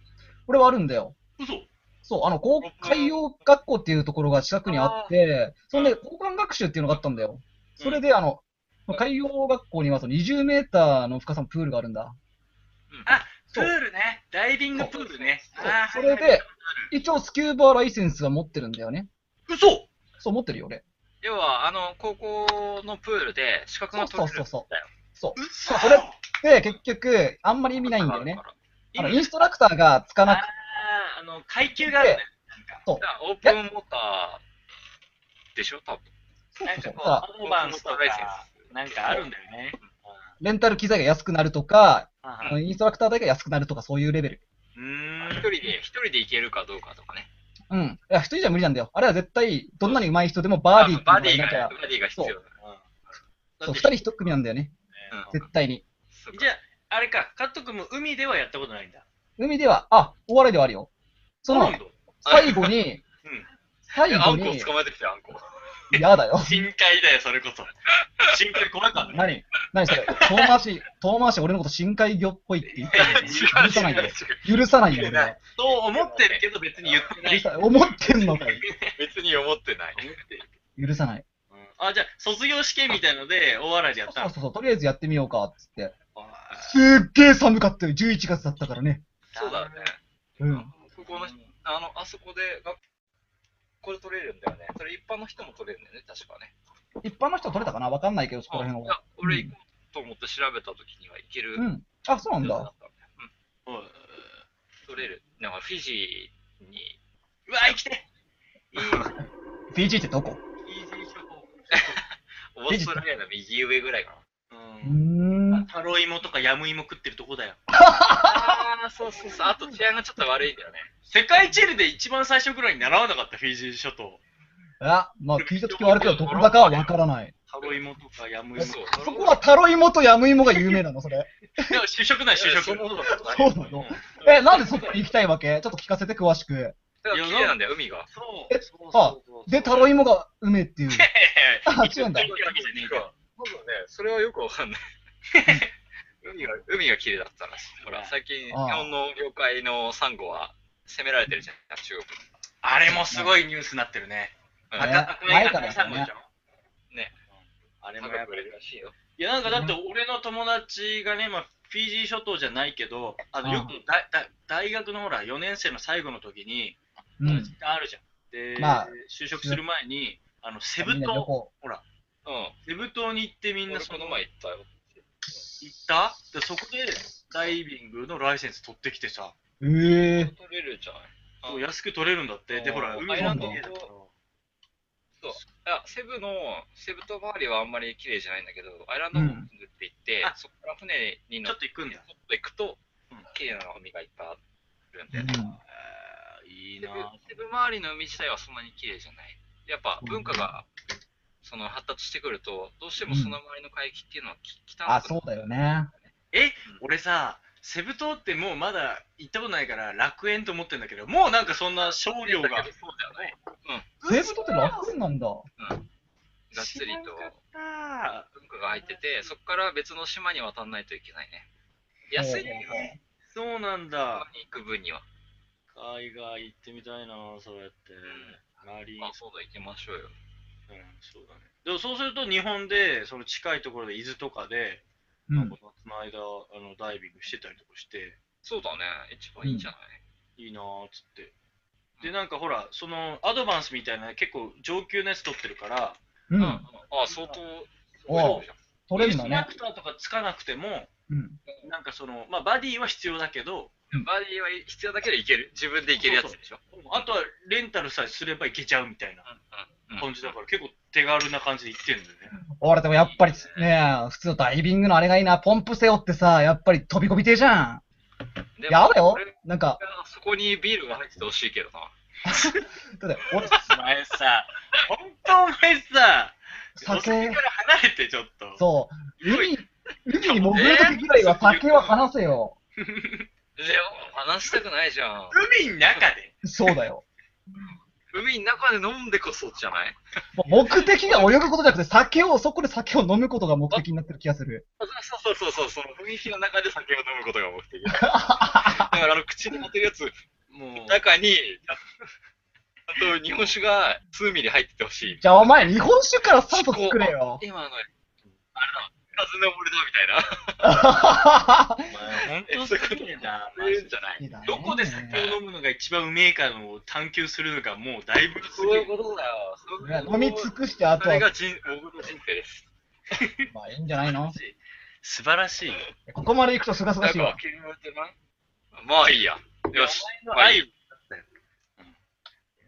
俺はあるんだよ。嘘そう、あの、こう海洋学校っていうところが近くにあって、そんで、交換学習っていうのがあったんだよ。それで、あの、海洋学校にはその20メーターの深さのプールがあるんだ。あ、プそうールね。ダイビングプールね。そうあーそれ、はいはいで、一応スキューバーライセンスは持ってるんだよね。嘘そう、持ってるよ、俺。要は、あの、高校のプールで資格そがうそう取れるそう。そうだよ。そう。嘘それで、結局、あんまり意味ないんだよね。あの、インストラクターがつかなくて、あーあの、階級があるね。なんかだからオープンウォーターでしょ、多分。そうなんそうそうかこう、さアドバンスとか、なんかあるんだよね。レンタル機材が安くなるとか、ああのインストラクター代が安くなるとか、そういうレベル。うー一ん。人で、一人で行けるかどうかとかね。うん。いや、一人じゃ無理なんだよ。あれは絶対、どんなに上手い人でもバーディーってあバいうのデがいィなきがゃ、バディが必要だ。だそう、って二人一組なんだよね。うん絶対に。そうかじゃあ、あれか、カット君も海ではやったことないんだ。海では、あ、お笑いではあるよ。そあのるん、だ最後に、うん最えあ後んこをに、捕まえてきて、あんこ。嫌だよ。深海だよ、それこそ。深海怖かったね。何何それ遠回し、遠回し俺のこと深海魚っぽいって言って違う許さない違う違よう。許さないよ、俺は。そう思ってるけど別に言ってな許い。さ思ってんのかよ。別に思ってない。許さない。うんあ、じゃあ、卒業試験みたいので、大笑いでやったそうの。そうそう、とりあえずやってみようか、つって。あすっげえ寒かったよ、11月だったからね。ーそうだよね。うん。ここの、あの、あそこで、がこれ取れるんだよね。それ一般の人も取れるんだよね、確かね。一般の人は取れたかなわかんないけど、そこら辺いは。や俺行こうと思って調べたときには行ける。うん。あ、そうなんだ。。うんうわ、取れる。なんかフィジー <laughs> に。生きていいフィジーってどこオーストラリアの右上ぐらいかな。ううーん。ん。タロイモとかヤムイモ食ってるとこだよ。ああ、そうそうそう。あと治安がちょっと悪いんだよね。世界地理で一番最初くらいに習わなかった、フィジー諸島。あ、まあ聞いたときはあるけど、どこだかはわからない。タロイモとかヤムイモ。嘘そこはタロイモとヤムイモが有名なの、それ。でも主食ない、主食。そんなことないそうなのえ、なんでそこに行きたいわけちょっと聞かせて、詳しく。だから綺麗なんだよ、海が。そうえそうあそうそう。で、タロイモがうめえ <laughs> っていう。あ、違うんだ行。くわけじゃねえけどそうだね、それはよくわかんない。海が、海が綺麗だったらしい。ほら、最近、日ああ本の業界のサンゴは攻められてるじゃん、中国。あれもすごいニュースになってるね。うんね赤前赤からねい赤いサンゴでしょね。うんあれもサンやゴくっぱれりるらしいよ。いや、なんかだって俺の友達がね、まあ、フィジー諸島じゃないけど、あのよくだだ大学のほら、4年生の最後の時に、う時ん。間あるじゃん。で、まあ就職する前に、あのセブみんな旅島、行。うセブ島に行ってみん。んな俺そこのの前前行ったよ。行ったでそこでダイビングのライセンス取ってきてさ、ええ。取れるじゃん。あそう安く取れるんだって。で、ほら、あー海アイラのンド家だから。いや、セブの、セブ島周りはあんまり綺麗じゃないんだけど、アイランドうホんッピングって言って、あそこから船にち乗ょっってと行くんだ。行くとうん、綺麗な海がいっぱいあるんうで、ん。えーいいセなブぁ。セブ周りの海自体はそんなに綺麗じゃない。やっぱ文化がその発達してくると、どうしてもその周りの海域っていうのはき汚くなあ、そうだよね。え、 <laughs> 俺さ、セブ島ってもうまだ行ったことないから楽園と思ってんだけど、もうなんかそんな商業だけどそうが。だよね。セブ島って楽園なんだ。がっつりと知らんかった文化が入ってて、そこから別の島に渡らないといけないね。安いんだよね、そうなんだ島。に行く分には。海外行ってみたいなぁ、そうやって。マリン、うんあ、、そうだ、行きましょうよ。そうだね。でもそうすると日本で、その近いところで伊豆とかで、うなんんか。この間、あのダイビングしてたりとかして、そうだね、一番いいんじゃない、いいなぁ、つって。で、なんかほら、そのアドバンスみたいな結構上級なやつ取ってるから、ううんん。あ、相当。おう取れるんだイねンストラ。クターとかつかなくても、うん。なんかその、まあ、バディは必要だけど、バディは必要だけどいける。自分でいけるやつでしょ。あとはレンタルさえすればいけちゃうみたいなうんうん感じだから、結構手軽な感じで行ってるんだよね。俺でもやっぱりね、普通のダイビングのあれがいいな。ポンプ背負ってさ、やっぱり飛び込みてえじゃん。でもやだよ俺がなんか、そこにビールが入っててほしいけどな。だって俺、 <laughs> お前さ、本当お前さ、お酒酒か、ら離れてちょっと。そう、海、海に潜るときぐらいは酒は離せよ。で話したくないじゃん。海の中で。そうだよ。海の中で飲んでこそじゃないもう目的が泳ぐことじゃなくて、酒を、そこで酒を飲むことが目的になってる気がする。そうそうそうそう、その雰囲気の中で酒を飲むことが目 <laughs> 的。だからあの口に持てるやつ、もう、中に、あと日本酒が数ミリ入っててほしい。じゃあお前、日本酒からスタート作れよ。 <laughs> 今の、あれだ、風の俺だみたいな。お前本当すげえな。そういうんじゃないい。いだねどこで酒を飲むのが一番うめえかのを探求するのがもうだいぶすそういげうえ。ことだよ。いや飲み尽くして、あそとはれ、が人僕の人生です。まあいいんじゃないの素晴らしいよ。ここまで行くとすがすながんしいかわ。、まあいいや。よし。お前の愛まあいい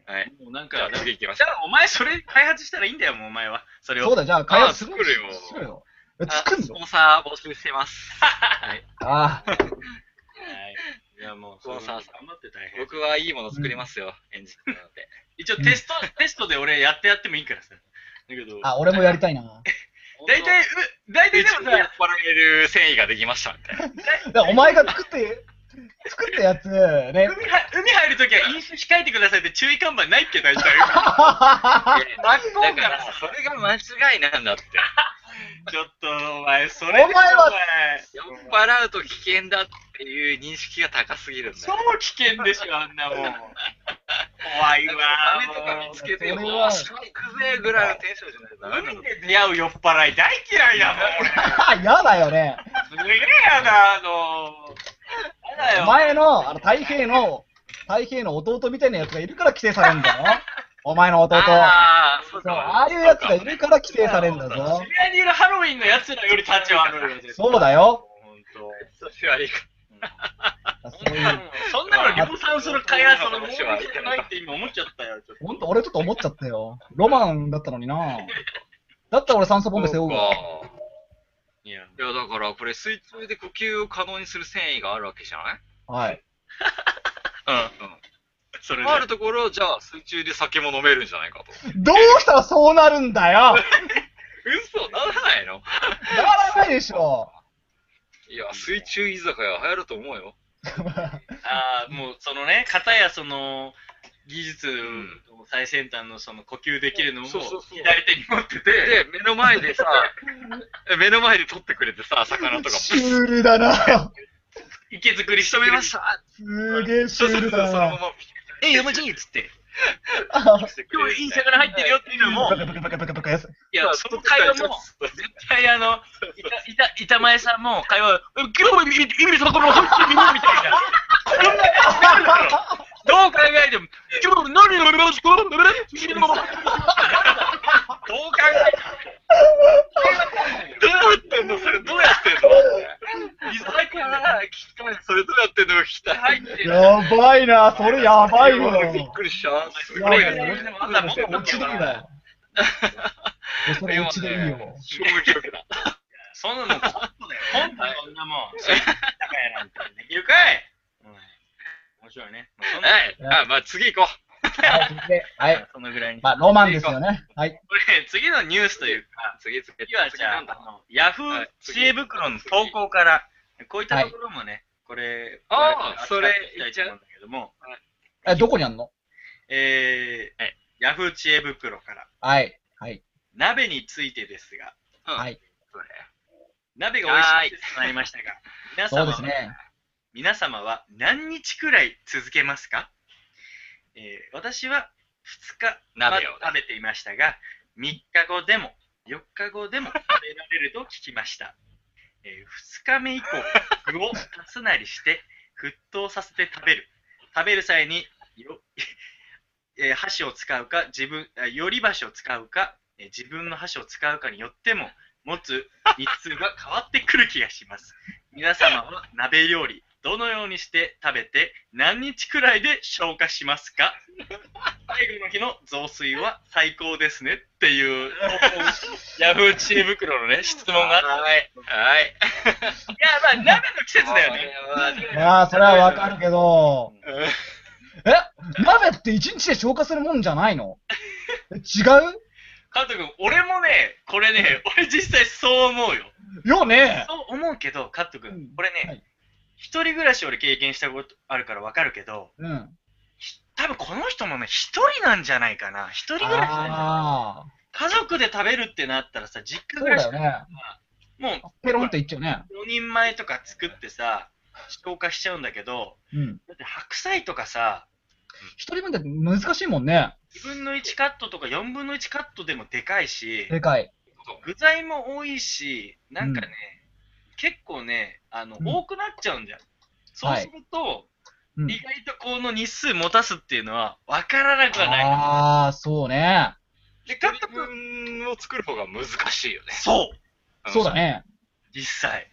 はい。もうなんじゃかあ、次行きましじょゃあお前それ開発したらいいんだよ、もうお前は。それを。そうだ、じゃあ、開発作るよ作るよ。う。作んスのポンサー募集してます。ああ、はい。いやもう、そうそうそう頑張って大変。 <laughs> 僕はいいもの作りますよ、エンジニアなんて。一応テス <laughs> ト、テストで俺やってやってもいいからさ。だけど、あ、俺もやりたいな。大体、う大で体でももさ、酔っさ、払える繊維ができましたみたいな。だからお前が作って、作ったやつ、ね。海は海入るときは飲酒控えてくださいって注意看板ないっけ、大体。真だかっ向からら、それが間違いなんだって。ちょっと、お前、それお前は酔っお前払うと危険だっていう認識が高すぎるんだ超よ。危険でしょ、あんなもん。怖いわ雨とかも見うつけて、それおはお、しまいくぜぐらいのテンションじゃないとダメなんだ海で出会う酔っ払い、大嫌いだもん、俺。やだよね。すげえやな、あのやだよ。お前の、あの、太平の、太平の弟みたいなやつがいるから規制されるんだよ。お前の弟。ああ、そうそう、か。ああいうやつがいるから規制されるんだぞ。知り合いにいるハロウィンのやつらより立ち悪いよ。絶対そうだよ。ほんとそっちはいいか。そういう。そんなの量産する開発の面白くないって今思っちゃったよ。ちょっとほんと、俺ちょっと思っちゃったよ。ロマンだったのにな。だったら俺酸素ボンベ背負うわ。そうかいや、いや、だから、これ、水中で呼吸を可能にする繊維があるわけじゃないはい。うん。それであるところ、じゃあ、水中で酒も飲めるんじゃないかと。どうしたらそうなるんだよ。嘘ならないのならないでしょ。いや、水中居酒屋流行ると思うよ。ああ、もうそのね、方やその技術の最先端のその呼吸できるのをそう左そうそう手に持ってて、で、目の前でさ、 <laughs> 目の前で取ってくれてさ、魚とか、シュールだな。池作りし仕と留めめままし。したたすげえシそうュそーうそう、ルそだのまな。ま、え、山地っつって、今日いい魚入ってるよっていうのもバ、カバカバカバカバカやす。いや、その会話も、絶対あの、いた、いた、板前さんも会話、今日も意味そこの、本当にみんなみたいな。こんな感じになるだろどう考えても、今日も何をろしく、どう考えても、どうやってんのそれどうやってんの居酒屋聞きたい。それどうやってんの聞きたい。やばいな、それやばいわ。びっくりした。すやごばいいね。よ。それ落ちるんだよ。それ落ちでいいよ。衝撃力だ。そんなの、コントだよ。コントそんなもん。そういう高やなんて、できるかいうん面白いね。まあそんなはい。あ、まあ次行こう。はい、続いてはい。そのぐらいに。こまあ、ロマンですよね。はい。れ、次のニュースというか、次、次、次は次じゃなあんだあの、ヤフはーい次知恵袋の投稿から、こういったところもね、これ、あー我々扱っていきたいと思うんだけども、え、どこにあんのえーはいヤフー知恵袋から、はい。はい。鍋についてですが、はい。鍋が美味しい季節となりました <laughs> が、皆そう様ですね。皆様は何日くらい続けますか、えー私は2日まで鍋をね食べていましたが、3日後でも4日後でも食べられると聞きました。え2日目以降、具を足すなりして沸騰させて食べる。食べる際によ、 <laughs> えー箸を使うか、自分、あより箸を使うか、えー自分の箸を使うかによって <laughs> も、持つ日数が変わってくる気がします。皆様は鍋料理、どのようにして食べて何日くらいで消化します <laughs> か最後の日の雑炊は最高ですねって <laughs> いうヤフー知恵袋のね質問があっはい。はい。たいやまあ鍋の季節だよねいやー、それはわかるけど、え鍋って一日で消化するもんじゃないのえ違加藤君俺もねこれね俺実際そう思うようよねそう思うけど加藤う君んこれね、はい一人暮らし俺経験したことあるからわかるけどうん。多分この人もね一人なんじゃないかな一人暮らしなんじゃないああ、家族で食べるってなったらさ実家そう暮らだしよね。もうペロンっていっちゃうね。 4人前とか作ってさ、消化しちゃうんだけど、うん。だって白菜とかさ、一人分だって難しいもんね。 2分の1カットとか4分の1カットでもでかいし、でかい。具材も多いし、なんかね、う結構ねあの、うん多くなっちゃうんだよ。そうすると、うん意外とこの日数持たすっていうのは分からなくはない。ああ、そうね。で、カ加ッ藤プ君、分を作る方が難しいよね。そう、そうだね。実際。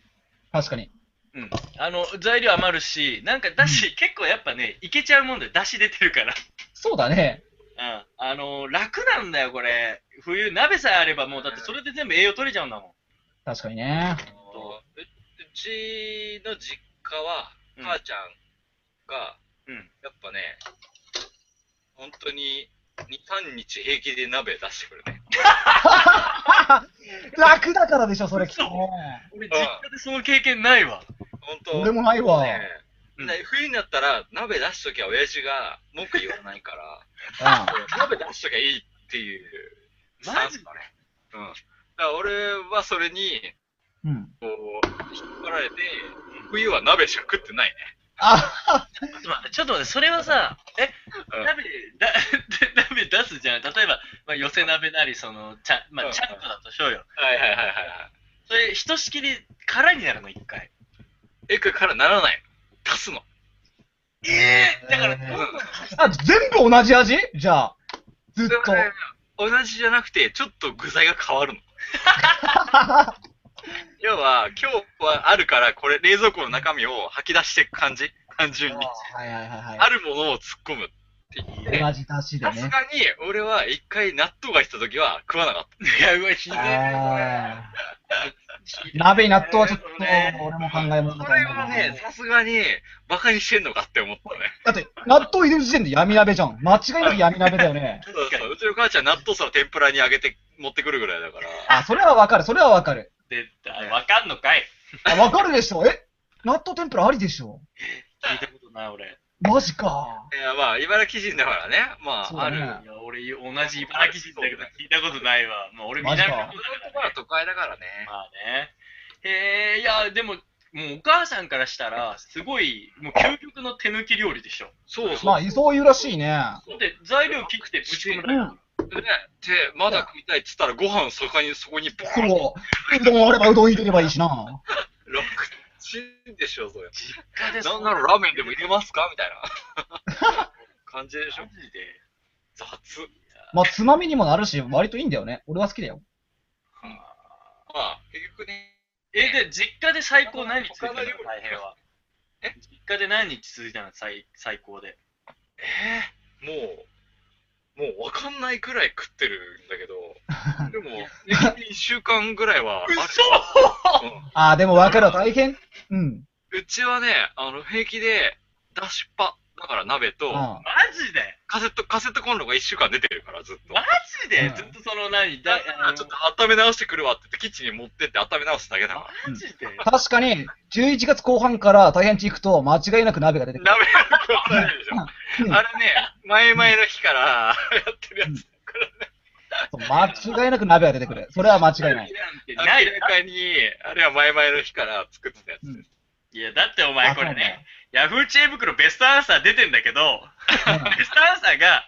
確かに。うん、あの材料余るし、なんかだし、結構やっぱね、いけちゃうもんだよ、だし出てるから。そうだね。うんあのー楽なんだよ、これ。冬、鍋さえあれば、もう、だってそれで全部栄養取れちゃうんだもん。確かにあのうね。うちの実家はうん母ちゃんが、うんやっぱね本当に23日平気で鍋出してくるね楽だからでしょ、それきっとね。俺、実家でその経験ないわ。本当俺もないわ。ねで冬になったら鍋出しときゃ親父が文句言わないから <laughs> 鍋出しときゃいいっていうマジスタンスだねうんだから俺はそれにうん。うん。こう引っ張られて冬は鍋しか食ってないねあちょっと待って、ちょっと待ってそれはさ、えうん、鍋、だ <laughs> 鍋出すじゃん。例えば、まあ、寄せ鍋なり、その、ちゃ、まうあ、んちゃんとだとしようよ。はいはいはいはいはいそれ、ひとしきり空になるの、一回。エクからならない足すのええだから、えどーんどんあ、全部同じ味じゃあ。ずっと。同じじゃなくて、ちょっと具材が変 <laughs> わるの。要は、今日はあるから、これ、冷蔵庫の中身を吐き出していく感じ単純に。はいはいはいあはるものを突っ込むって言ってい。、同じ出汁でさすね。がに、俺は一回納豆が来た時は食わなかっいや、うわ、ひでえ。あー鍋に納豆はちょっと、ね俺も考えもた。このだれはね、さすがに、バカにしてんのかって思ったね。だって、納豆入れる時点で闇鍋じゃん。間違いなく闇鍋だよ <laughs> ね。そうそう、うちの母ちゃん納豆皿天ぷらにあげて持ってくるぐらいだから。あ、それはわかる、それはわかる。出たわかんのかい。あ、わかるでしょ。え納豆天ぷらありでしょ。聞いたことない、俺。マジか。いや、まあ、茨城人だからね。まそうあ、だあねる。いや、俺、同じ茨城人だけど、聞いたことないわ。もう俺、マ南ジのか方だこのかところらはね。都会だからね。まあね。えー、いや、でも、もうお母さんからしたら、すごい、もう究極の手抜き料理でしょ。そうそう。まあ、そういうらしいね。だって、材料切ってぶち込むだうけ。ん。ね、で、まだ食いたいっつったら、ご飯そこに、そこにボそーンう。うどんあればうどん入れればいいしな。楽ちんでしょ、それ。実家でなんならラーメンでも入れますかみたいな <laughs> 感じでしょマ。ジで。雑。まあ、つまみにもなるし、割といいんだよね。俺は好きだよ。まあ、結局ね、え、で、実家で最高何日続い他たのの料理大変は。え実家で何日続いたの最最高で。えー、もう、もう分かんないくらい食ってるんだけど、 <laughs> でも、1週間ぐらいはある。うあー、でもわかるわ、大変。うん。んうちはね、あの、平気で、出しっぱ、だから鍋と、あマジでカセット、カセットコンロが1週間出てるから、ずっと。マジで、うんずっとその何だだあのちょっと温め直してくるわって言って、キッチンに持ってって温め直すだけ <laughs> だから。マジでー確かに、11月後半から大変地行くと、間違いなく鍋が出てくる。鍋焼くでしょ。うんあれね、前々の日からやってるやつ。そう間違いなく鍋が出てくる。それは間違いない。なんてない明らかに、あれは前々の日から作ってたやつ。うんいや、だってお前これね。ヤフー知恵袋ベストアンサー出てんだけど、わかんない。ベストアンサーが、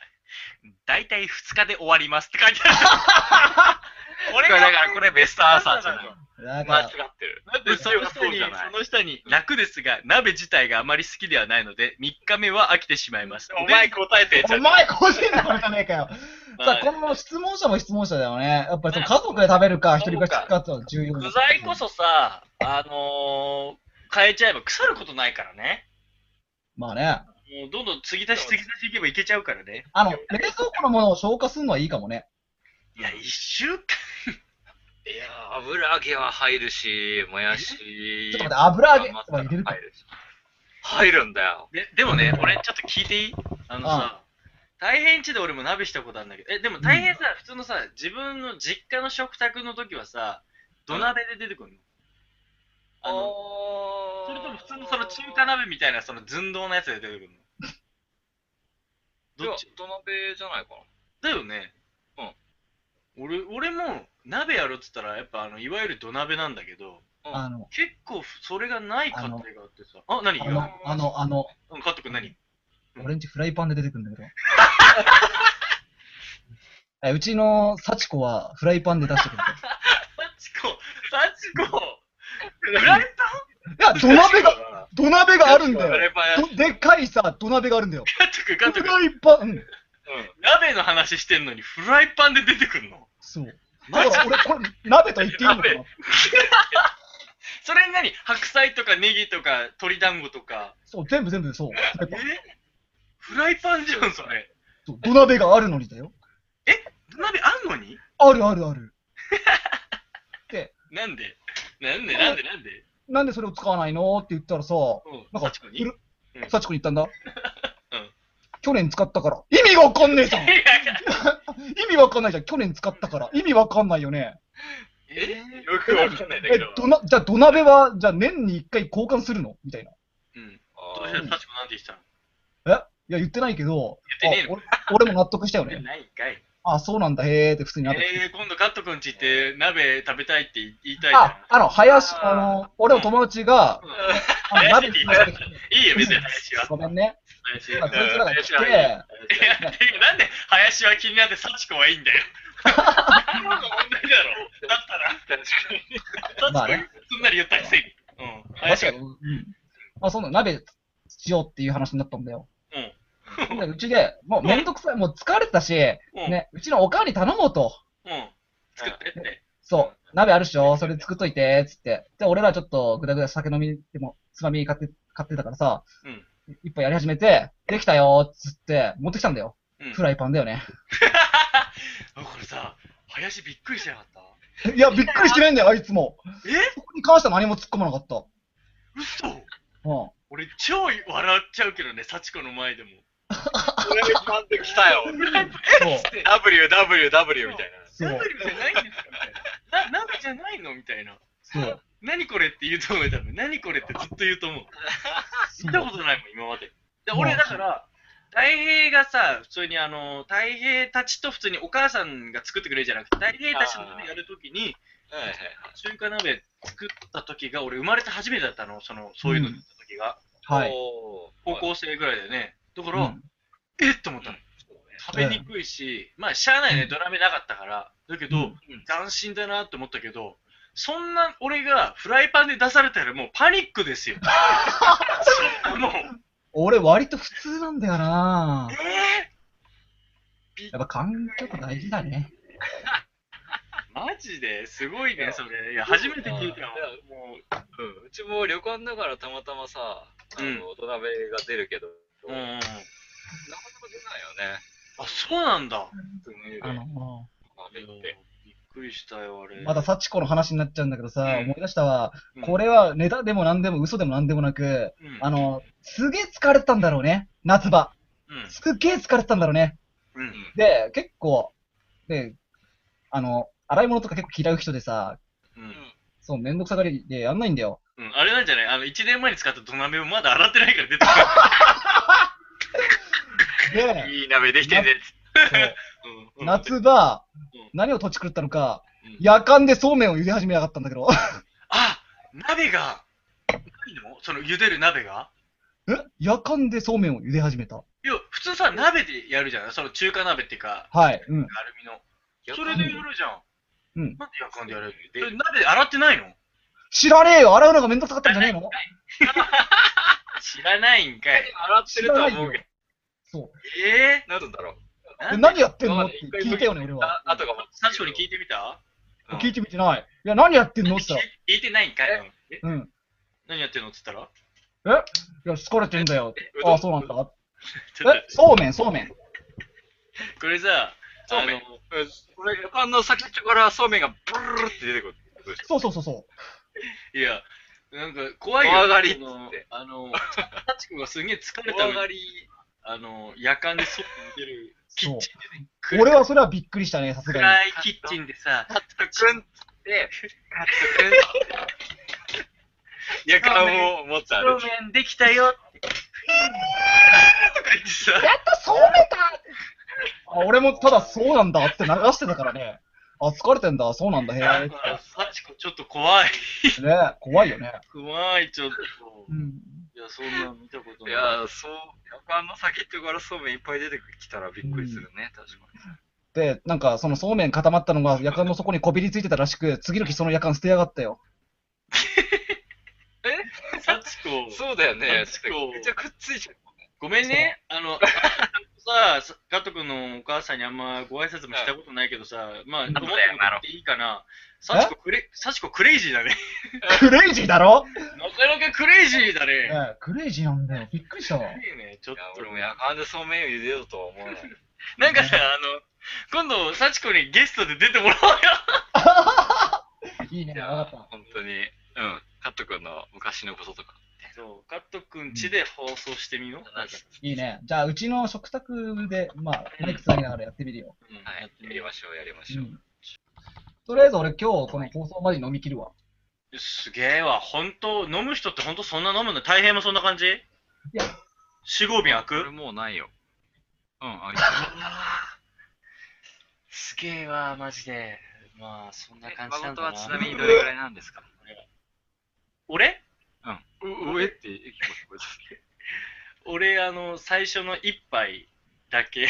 大体2日で終わりますって書いてあ <laughs> る。俺これだがからこれベストアンサーじゃない。うんだか間違らってる。だってその下に、その下に、楽ですが、鍋自体があまり好きではないので、3日目は飽きてしまいます。お前答えてんじゃおん。前個人のこれじゃねえかよ。まさああ、この質問者も質問者だよね。やっぱりその家族で食べるか、一人暮らしかっていうのは重要具材こ。そさ、あのー変えちゃえば腐ることないからね。まあね。もうどんどん継ぎ足し継ぎ足しいけばいけちゃうからね。あの、冷蔵庫のものを消化するのはいいかもね。いや、一週間。いやー、油揚げは入るし、もやし。ちょっと待って、油揚げとか入れるか入。るし入るんだよ。ででもね、俺ちょっと聞いていいあのさ、大変地で俺も鍋したことあるんだけど、え、でも大変さ、普通のさ、自分の実家の食卓の時はさ、土鍋で出てくるの。あの、それとも普通のその中華鍋みたいなその寸胴のやつで出てくるのどどっっち土鍋じゃないかだよね。うん。俺、俺も鍋やろうっつったら、やっぱあの、いわゆる土鍋なんだけど、な。うんあの、結構それがない家庭があってさ、あ、何あの、あの、あの、うん、カット君何俺んちフライパンで出てくるんだ <laughs> けど。えうちの幸子はフライパンで出してくれ <laughs> チコ、サチコ、フライた。いや、土鍋が、が、土鍋があるんだフラよ。イパンやどでっかいさ、土鍋があるんだよ。カット君、カットフ君、ライパン、うん鍋の話してんのにフライパンで出てくんのそう。だから俺、これ、鍋と言っていいのかな鍋それに何白菜とかネギとか鶏団子とか、そう、全部全部そう。フライパえンフライパンじゃん、それ。そう土鍋があるのにだよ。鍋あんのにあるあるある。なんでなんでなんでなんでなんでそれを使わないのって言ったらさ、うん、なんサかチコ、いにる幸子に言ったんだ。ん去年使ったから。意味わかんねえじゃんいやい意味わかんないじゃん。去年使ったから。意味わかんないよね。えよくわかんないんだえけど、。どな、じゃあ土鍋は、じゃあ年に一回交換するのみたいな。いうん。あどうしーたサチコなんて言ってたのや、言ってないけど、言ってねえのあ俺俺も納得したよ言ってね。ないんかい。あ、そうなんだ、へーって普通になって。えー、今度カット君ち行って鍋食べたいって言いたいじゃんあ、あの、林、あーあの、俺の友達が、うあの林鍋って言い作ってんいいよ、別に林は。ごめんね。林。今、こいつらが来林て、はいいいや、てかなんで林は気になって幸子はいいん <laughs> だよ。何の問題だろう。だっ確かにたら、まあ幸ね子すんなり言ったりせん。うん。林は。確かにうん。まあ、そんな、鍋しようっていう話になったんだよ。うん。でうちで、もうめんどくさい、もう疲れたし、うん。ね、うちのおかわり頼もうと。うん。作ってって。そう、鍋あるっしょ、それ作っといて、つって。で、俺らちょっとぐだぐだ酒飲みでも、つまみ買って、買ってたからさ、うん一杯やり始めて、できたよ、つって、持ってきたんだよ。うん。フライパンだよね。あこれさ、林びっくりしてなかったいや、びっくりしてないんだよ、あいつも。えそこに関しては何も突っ込まなかった。嘘うん。俺超笑っちゃうけどね、幸子の前でも。フライパンで来たよ。そう。 WWW みたいな。そう鍋。じゃないんですかみたいな。な鍋じゃないのみたいな。そう。何これって言うと思うよ、多分。何これってずっと言うと思う。そ行うったことないもん、今まで。でうん俺、だから、太平がさ、普通にあの、太平たちと普通にお母さんが作ってくれるじゃなくて、太平たちのやるときに、はいはい中華鍋作ったときが、俺、生まれて初めてだったの、その、そういうのやったときが、は。はいい。おー高校生ぐらいだよね。だから、うんえっと思ったの。食べにくいし、まあ、しゃあないね、ドラメなかったから。だけど、うん斬新だなって思ったけど、そんな俺がフライパンで出されたらもうパニッ <laughs> クですよ。そんなもう、俺、割と普通なんだよなえやっぱ環境大事だね。ー、マジですごいいねや、それ。いや、初めて聞いたよいや。もうんうちも旅館だからたまたまさ、あうんの土鍋が出るけど、う、うんなかなかうん。出ないよね。あ、そうなんだ。普通の湯であの、鍋っいやて。びっくりしたよ、あれ。まだ幸子の話になっちゃうんだけどさ、うん思い出したわ。うん、これはネタでも何でも嘘でも何でもなく、うん、あの、すげえ疲れてたんだろうね。夏場。うすっげえ疲れてたんだろうね。ん、うん、で、結構、で、あの、洗い物とか結構嫌う人でさ、うん。そう、めんどくさがりでやんないんだよ。うん、あれなんじゃないあの、1年前に使った土鍋をまだ洗ってないから出てくる。うん <laughs> で、いい鍋できてんね。そううん、夏場うん、何をとち狂ったのか、うん夜間でそうめんを茹で始めやがったんだけど、 <laughs> あ、鍋が、何のその茹でる鍋がえ夜間でそうめんを茹で始めた。いや、普通さ、鍋でやるじゃん。その中華鍋っていうか、はい。うん。アルミの。夜そ間れでやるじゃん。うんなんで夜間でやるでそれ鍋洗ってないの知らねえよ洗うのがめんどくさかったんじゃねえの知らないんかい。洗ってるとは思うけど、そえなるんだろう。ぇ、う。で、なん何でやってん今まのっでて一回聞いたよね、俺は。あとが幸子に聞いてみた聞いてみてない。いや、何やってんのって言ったら <laughs> 聞いてないんかい。うん。何やってんのって言ったらいや、疲れてんだよ。うどんあ、そうなんだ。ちょっと待え、そうめん、そうめん。ってこれさ、そうめん。うんこれ、あの先っちょからそうめんがブルーって出てくるってことでしょ。そうそうそうそう。いや、なんか怖いよ。怖がりっつってそのあ <laughs> の、タチ君がすげえ疲れたの怖がに、あの、夜間で外に出るキッチンでね、暗い俺はそれはびっくりしたね、さすがに。 <laughs> 暗いキッチンでさ、ハットくんって、ハットくん。夜間を持ったそ歩うき。めんできたよって。とか言ってさ、やっとそうめんだあ俺もただそうなんだって流してたからね。あ、疲れてんだ、そうなんだ、なへんかサチコちょっと怖い。え。ね、怖いよね。怖い、ちょっと。うん。いや、そんなの見たこといない。やー、そう、夜間の先っちょからそうめんいっぱい出てきたらびっくりするね、確かに。で、なんかそのそうめん固まったのが、やかんの底にこびりついてたらしく、次の日そのやかん捨てやがったよ。サチコ、 <laughs> そうだよね、確かにめっちゃくっついちゃう。ごめんね。あの、あ <laughs> さ、ガト君のお母さんにあんまご挨拶もしたことないけどさ、まあ、んだ思よってもらっていいかな。サチコクレ、サチコクレイジー <laughs> だね。クレイジーだろ、なかなかクレイジーだねね。えクレイジーなんだよ。びっくりしたわ。いいね、ちょっいや、と俺。も夜間でそうめんを茹でようとは思わない。なんかさ、あの、今度、サチコにゲストで出てもらおうよ。いいね、いわやかった。本当に、うん、カット君の昔のこととかそう、ガト君家で放送してみよう。なんかいいね。じゃあ、うちの食卓で、まあ、マイクつなぎながらやってみるよ。うんはい、やりましょう、やりましうょう。んとりあえず俺今日この放送までに飲み切るわ。すげえわ、本当飲む人って本当そんな飲むの大変もそんな感じいや。四合瓶開これくもうないよ。うん、あ、すげえわ、マジで。まあ、そんな感じなん誠だはな。ちなみにどれぐらいなんですか俺うん。う、えって、え、俺、あの、最初の一杯だけ。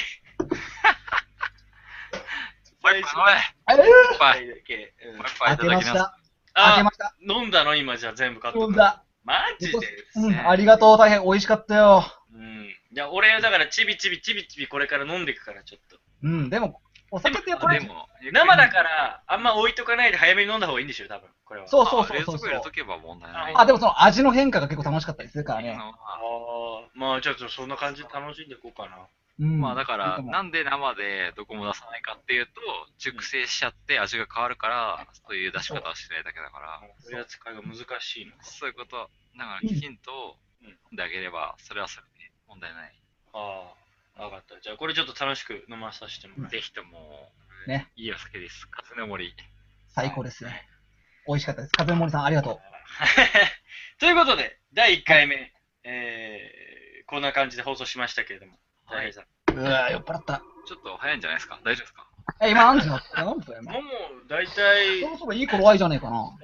バイバイ、えバイ一杯だけ。うんバイ、開けました。開けあま、した。飲んだの今じゃあ全部買った。飲ん。だ。マジでうん、ありがとう、大変美味しかったよ。うん。いや、俺、だから、ちびちびちびちびこれから飲んでいくから、ちょっと。うん、でも、お酒ってやっぱでり、も、生だから、あんま置いとかないで早めに飲んだ方がいいんでしょ、多分これは。そうあ、そうそうそう冷蔵庫そ入れうと。けば問題ない。あ、でもその味の変化が結構楽しかったりするからね。あああ、まあじゃあちょっとそんな感じで楽しんでいこうかな。うん、まあだかいいら、もなんで生でどこも出さないかっていうと、熟成しちゃって味が変わるから、そういう出し方はしないだけだから。取り扱いが難しいの。そういうこと。だから、うんきちんとうん飲んであげれば、それはそれで問題ない。ああ、わかった。じゃあこれちょっと楽しく飲まさせてもらって。ぜひとも、ねいいお酒です。カツの森。最高ですね。美味しかったです。風森さん、ありがと <laughs> ということで、第1回目、えー、こんな感じで放送しましたけれども、はい大平さんう。うわぁ、酔っ払った。ちょっと早いんじゃないですか大丈夫ですかえ、今何時だった何分今もう大体、そうろそろいい頃合いじゃねえかな。ん、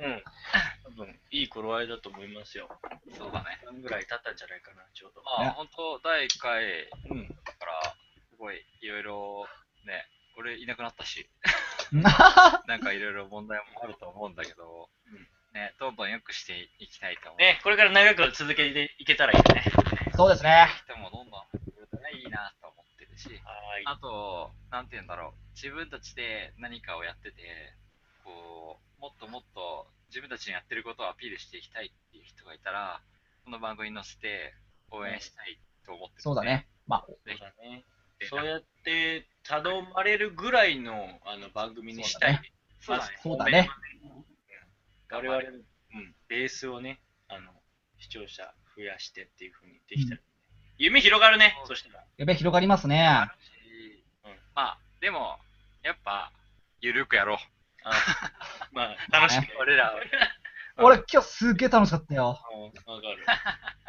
多分いい頃合いだと思いますよ。そうだね。何分ぐらい経ったんじゃないかな、ちょうど。まねあ、本当第1回うん。だから、すごい、いろいろ、ね、俺いなくなったし、なんかいろいろ問題もあると思うんだけどうん、ね、どんどん良くしていきたいと思う。ね、これから長く続けていけたらいいね。そうですね。でも、どんどん、いいなと思ってるし、はいあと、なんて言うんだろう、自分たちで何かをやってて、こう、もっともっと自分たちにやってることをアピールしていきたいっていう人がいたら、この番組に載せて応援したいと思ってるそうだ。ね。まそうだね。でそうやって頼まれるぐらいのあの番組にしたい。そうだねあ、。そうだね。我々の、うん、ベースをね、あの視聴者増やしてっていうふうにできたら、ね夢広がるね、そしたら。夢広がりますね。うんまあ、でも、やっぱ、ゆるくやろう。あまあ、楽しくね。俺らは、うん俺、今日すげえ楽しかったよ。うんわかる。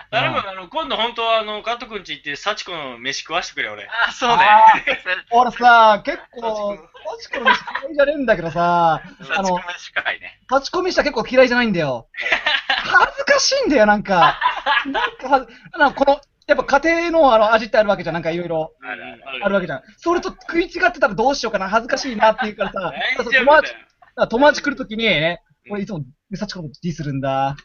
頼む、あの今度本当はあの加藤君家行って、幸子の飯食わしてくれよ、俺。あ、そうあね。俺さ、結構、立ち込み嫌いじゃねえんだけどさ、 <laughs> あの、しかいね。立ち込みした結構嫌いじゃないんだよ。恥ずかしいんだよ、なんか。なんかはず、なんかこの、やっぱ家庭のあの味ってあるわけじゃん、なんかいろいろ。あるあるあるわけじだ。ゃん。それと食い違ってたらどうしようかな、恥ずかしいなっていうからさ、大丈夫だよ友達友達来るときにね、うん俺いつも幸子のことディスるんだ。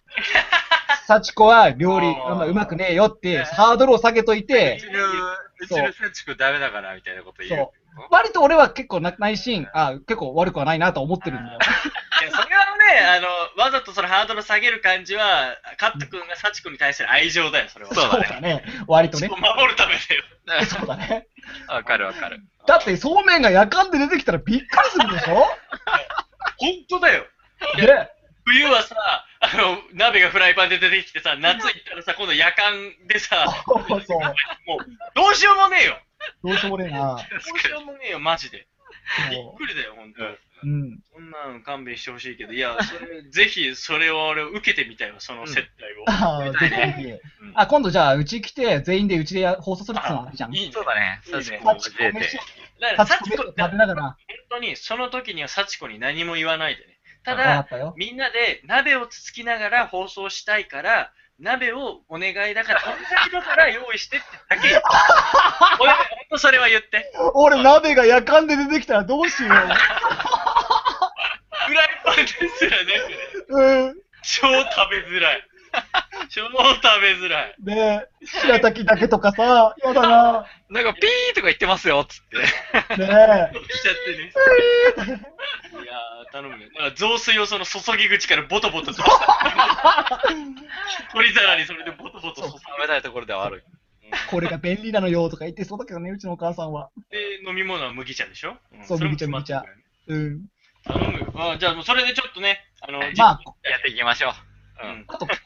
幸子は料理あーあんまうまくねえよって、ハードルを下げというて、ちの、うちの千地君ダメだから、みたいなこと言う。割と俺は結構な内心、あ結構悪くはないなと思ってるんだよ。いやそれはね、あの、わざとそのハードル下げる感じは、カット君が幸子に対する愛情だよ、それは。そうだねね。割とそねこ。守るためだよ。そうだね。わかるわかる。だって、そうめんがやかんで出てきたらびっくりするでしょ本当だよ。ね。冬はさ、あの、鍋がフライパンで出てきてさ、夏行ったらさ、今度夜間でさ、そうそう。もう、どうしようもねえよ。どうしようもねえな。どうしようもねえよ、マジで。びっもくりだよ、本当に。ううん。そんなの勘弁してほしいけど、いや、それ、ぜひ、それを俺、受けてみたいわ、その接待を。ああ、ぜひぜひ。あ、今度じゃあ、うち来て、全員でうちでや放送するってのはいいじゃん。いいねそうだね。いいね幸子もパチ交えコて飯を。だから、パチ幸コ子飯を食べだながら。本当に、その時には幸子に何も言わないでね。たわかだ、ったよ。みんなで鍋をつつきながら放送したいから、鍋をお願いだから、お願いだから用意してってだ <laughs> け言う俺、本当それは言って。俺、鍋がやかんで出てきたらどうしよフライパンですらなくね、う。うん。超食べづらい。超食べづらい。ねえ、白滝だけとかさ、やだな。なんかピーとか言ってますよ、つって。ねえ。しちゃってね。いやー、頼むね。だから雑炊をその注ぎ口からボトボトと。 <laughs> 取り皿にそれでボトボト注食べたいところではある。これが便利なのよとか言ってそうだけどね、うちのお母さんは。で、飲み物は麦茶でしょ、んそうれも麦茶麦茶うん。頼むよ。あじゃあ、もうそれでちょっとね、あの、まあ、やっていきましょう。ううんん。あと、か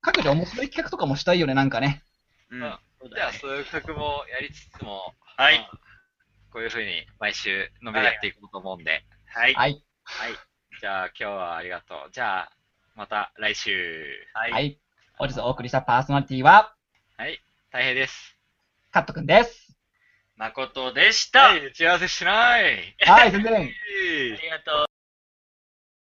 かけて面白い企画とかもしたいよね、なんかね。うんまあそうじゃだあ、ねそういう企画もやりつつも、はい。こういうふうに毎週のびでやっていこうと思うんで、はい。はい。じゃあ今日はありがとう。じゃあ、また来週。はいはい。本日お送りしたパーソナリティは、はい、大平です。カットくんです。誠でした。はい、打ち合わせしない。はい、全然。ありがとう。